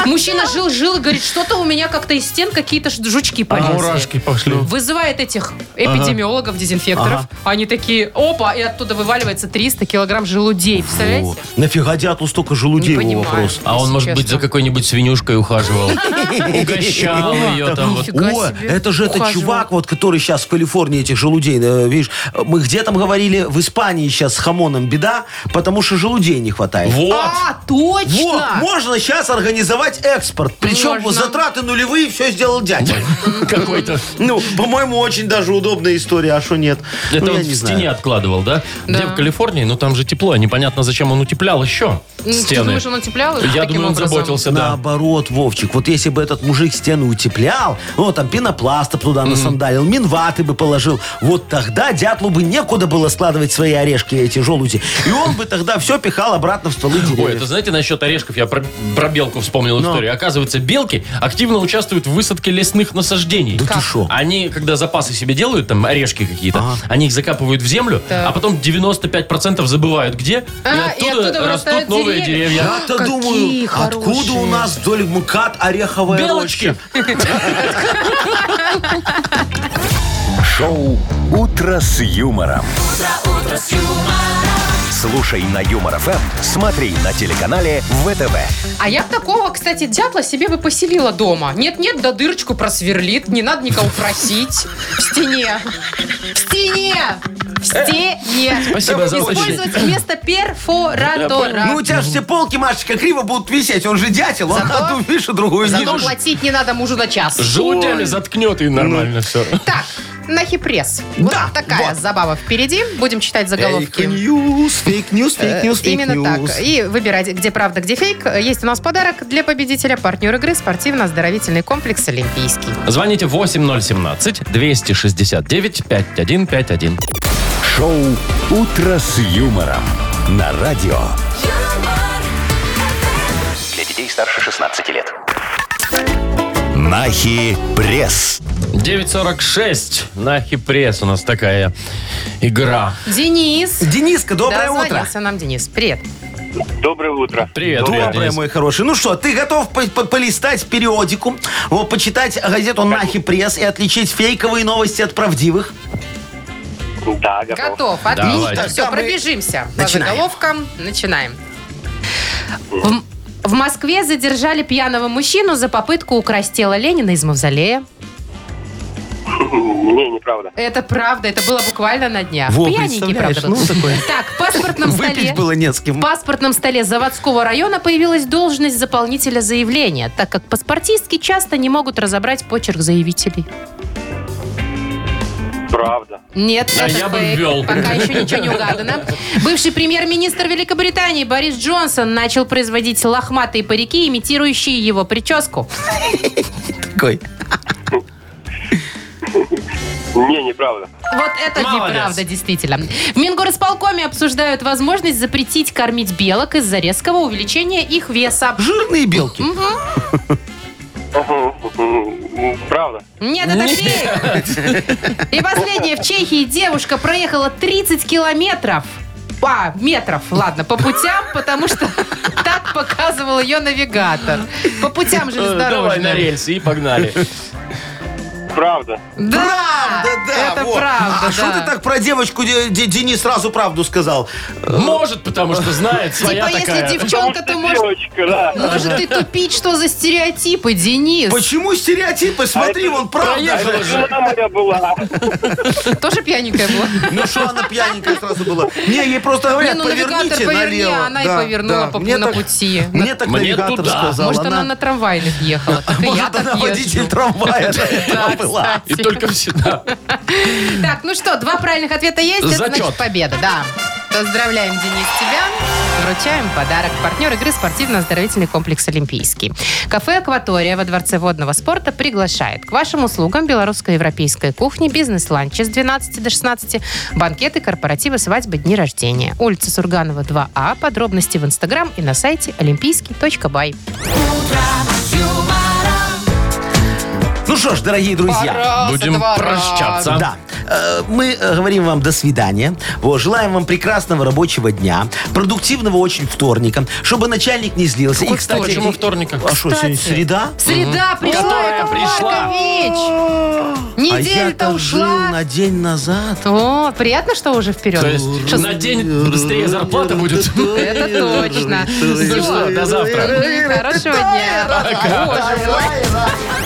C: Мужчина жил-жил и говорит, что-то у меня как-то из стен какие-то ж- жучки
D: А
C: полезли.
I: Мурашки
B: Ну.
I: пошли.
C: Вызывает этих эпидемиологов, дезинфекторов. Они такие, опа, и оттуда вываливается 300 килограмм желудей. Представляете?
D: О, Нафига дятлу столько желудей,
C: Не
D: его
C: понимаю.
D: вопрос.
B: А он, может быть,
C: Честно.
B: за какой-нибудь свинюшкой
D: [laughs]
B: ухаживал. Угощал ее там. вот.
C: Нифига
D: О,
C: себе.
D: это же этот
C: Ухаживал.
D: чувак, вот, который сейчас в Калифорнии этих желудей, э, видишь, мы где там говорили, в Испании сейчас с хамоном беда, потому что желудей не хватает.
B: Вот.
C: А, точно!
D: Вот, можно сейчас организовать экспорт. Причем
C: Можно.
D: затраты нулевые, все сделал дядя.
B: Какой-то.
D: Ну, по-моему, очень даже удобная история, а что нет?
B: Это
D: ну, я
B: он
D: не
B: в
D: знаю.
B: стене откладывал, да? Где
C: Да.
B: в Калифорнии, ну там же тепло. Непонятно, зачем он утеплял еще
C: Ну, Ты
B: стены.
C: думаешь, он утеплял их
B: Я
C: таким
B: думаю, он
C: образом?
B: заботился, да.
D: Наоборот, Вовчик, вот если бы этот мужик стены утеплял, ну, там пенопласта б туда насандалил, минваты бы положил, вот тогда дятлу бы некуда было складывать свои орешки, эти желуди. И он бы тогда все пихал обратно в стволы
B: Ой, это
D: деревьев.
B: знаете, насчет орешков я про, про белку вспомнил историю. Оказывается, белки активно участвуют в высадке лесных насаждений.
D: Да ты шо? А.
B: Они, когда запасы себе делают, там орешки какие-то, они их закапывают в землю,
C: Так.
B: а потом 95% забывают где,
C: А,
B: и
C: и
B: оттуда,
C: оттуда
B: растут
C: вырастают
B: новые
C: деревья.
B: деревья.
D: Я-то
C: Какие
D: думаю, откуда
C: хорошие.
D: у нас вдоль МКАД ореховая
B: Белочки!
D: роща?
A: Шоу «Утро с юмором».
H: утро с юмором.
A: Слушай на Юмор ФМ, смотри на телеканале ВТВ.
C: А я б такого, кстати, дятла себе бы поселила дома. Нет-нет, да дырочку просверлит. Не надо никого просить. В стене. В стене! В стене!
B: Спасибо за Ну, очень.
C: Использовать вместо
D: Ну, у
C: перфоратора.
D: Ну, тебя же все полки, Машечка, криво будут висеть, он же дятел, он
C: Зато-
D: одну видишь, а другую не
C: Зато платить не надо мужу за час.
B: Желудями заткнет и
D: Ну.
B: нормально все.
C: Так, нахипресс. Вот
D: Да,
C: такая
D: вот.
C: забава впереди. Будем читать заголовки.
D: Фейк-ньюс, фейк-ньюс, фейк-ньюс,
C: Э, Именно
D: фейк-ньюс.
C: так. И выбирать, где правда, где фейк. Есть у нас подарок для победителя. Партнер игры спортивно-оздоровительный комплекс «Олимпийский».
B: Звоните 8017-269-5151.
A: Шоу «Утро с юмором» на радио.
H: Юмор.
E: Для детей старше 16 лет.
A: Нахи пресс.
B: 9.46 на хипресс у нас такая игра.
C: Денис.
D: Дениска, доброе утро.
C: Дозвонился нам Денис. Привет.
F: Доброе утро.
B: Привет,
D: Доброе,
B: привет, Денис.
D: мой хороший. Ну что, ты готов по- по- полистать периодику, вот, почитать газету «Нахи пресс» и отличить фейковые новости от правдивых?
F: Да,
C: Готов.
B: Давайте.
C: Отлично. Все,
D: Тогда мы
C: пробежимся. По
D: начинаем.
C: заголовкам начинаем. В, в Москве задержали пьяного мужчину за попытку украсть тело Ленина из мавзолея.
F: Не, неправда.
C: Это правда, это было буквально на днях.
D: Во,
C: Пьяненький,
D: представляешь,
C: правда, был.
D: ну, такой.
C: Так, в паспортном столе...
D: [laughs] Выпить было не с
C: В
D: кем.
C: паспортном столе заводского района появилась должность заполнителя заявления, так как паспортистки часто не могут разобрать почерк заявителей.
F: Правда.
C: Нет,
B: А
C: это
B: я бы
C: фейк.
B: ввел.
C: Пока еще ничего не угадано. Бывший премьер-министр Великобритании Борис Джонсон начал производить лохматые парики, имитирующие его прическу.
D: Такой.
F: Не, неправда.
C: Вот это
B: Молодец.
C: неправда, действительно. В Мингорисполкоме обсуждают возможность запретить кормить белок из-за резкого увеличения их веса.
D: Жирные белки.
F: Правда.
C: Нет, это фейк. И последнее. В Чехии девушка проехала 30 километров. А, метров, ладно, по путям, потому что [laughs] так показывал ее навигатор. По путям
B: Э, Давай на
C: железнодорожным.
B: рельсы и погнали.
F: Правда.
C: Да,
D: Правда, да.
C: Это
D: вот.
C: правда,
D: А что
C: да.
D: ты так про девочку, Де- Де- Денис, сразу правду сказал?
B: Может, потому что знает, своя
C: Типа, если
B: такая.
C: девчонка, то может,
F: Девочка, да.
C: может и тупить, что за стереотипы, Денис.
D: Почему стереотипы?
B: А
D: Смотри, вон правда.
B: проехала же.
F: Жена моя была.
C: Тоже пьяненькая была?
D: Ну что она пьяненькая сразу была? Не, ей просто говорят,
C: Не, ну, навигатор
D: поверните
C: поверни,
D: налево.
C: а она и повернула по- на пути.
D: Мне так
B: Мне
D: навигатор
B: туда.
D: сказал.
C: Может, она на трамвайных ехала. Так и я
D: Может, она
C: так
D: водитель
C: езжу. [laughs]
D: трамвая до этого
C: Да,
D: была.
B: И
C: ну. кстати.
B: только всегда.
C: Так, ну что, два правильных ответа есть, это
B: Зачет.
C: значит победа, да. Поздравляем, Денис, тебя. Вручаем подарок. Партнер игры спортивно-оздоровительный комплекс «Олимпийский». Кафе «Акватория» во Дворце водного спорта приглашает. К вашим услугам белорусско-европейская кухня, бизнес-ланчи с 12 до 16, банкеты, корпоративы, свадьбы, дни рождения. Улица Сурганова, 2А. Подробности в Инстаграм и на сайте олимпийский.бай.
D: Ну что ж, дорогие друзья.
B: Будем прощаться.
D: Да. э, мы э, говорим вам до свидания. Вот, желаем вам прекрасного рабочего дня, продуктивного очень вторника, чтобы начальник не злился.
C: Какой вторник?
B: Почему вторника?
D: А что, сегодня
C: Кстати.
D: среда?
C: Среда пришла,
B: Которая
C: Яков
B: пришла.
C: Маркович.
D: а
C: Неделя-то
D: я-то жил
C: ушла.
D: на день назад.
C: О, приятно, что уже вперед.
B: То есть
C: Что с-
B: на день быстрее зарплата будет.
C: Это
B: [laughs]
C: точно.
B: Ну что,
C: Всё. [laughs]
B: до завтра.
C: Хорошего дня. Боже мой.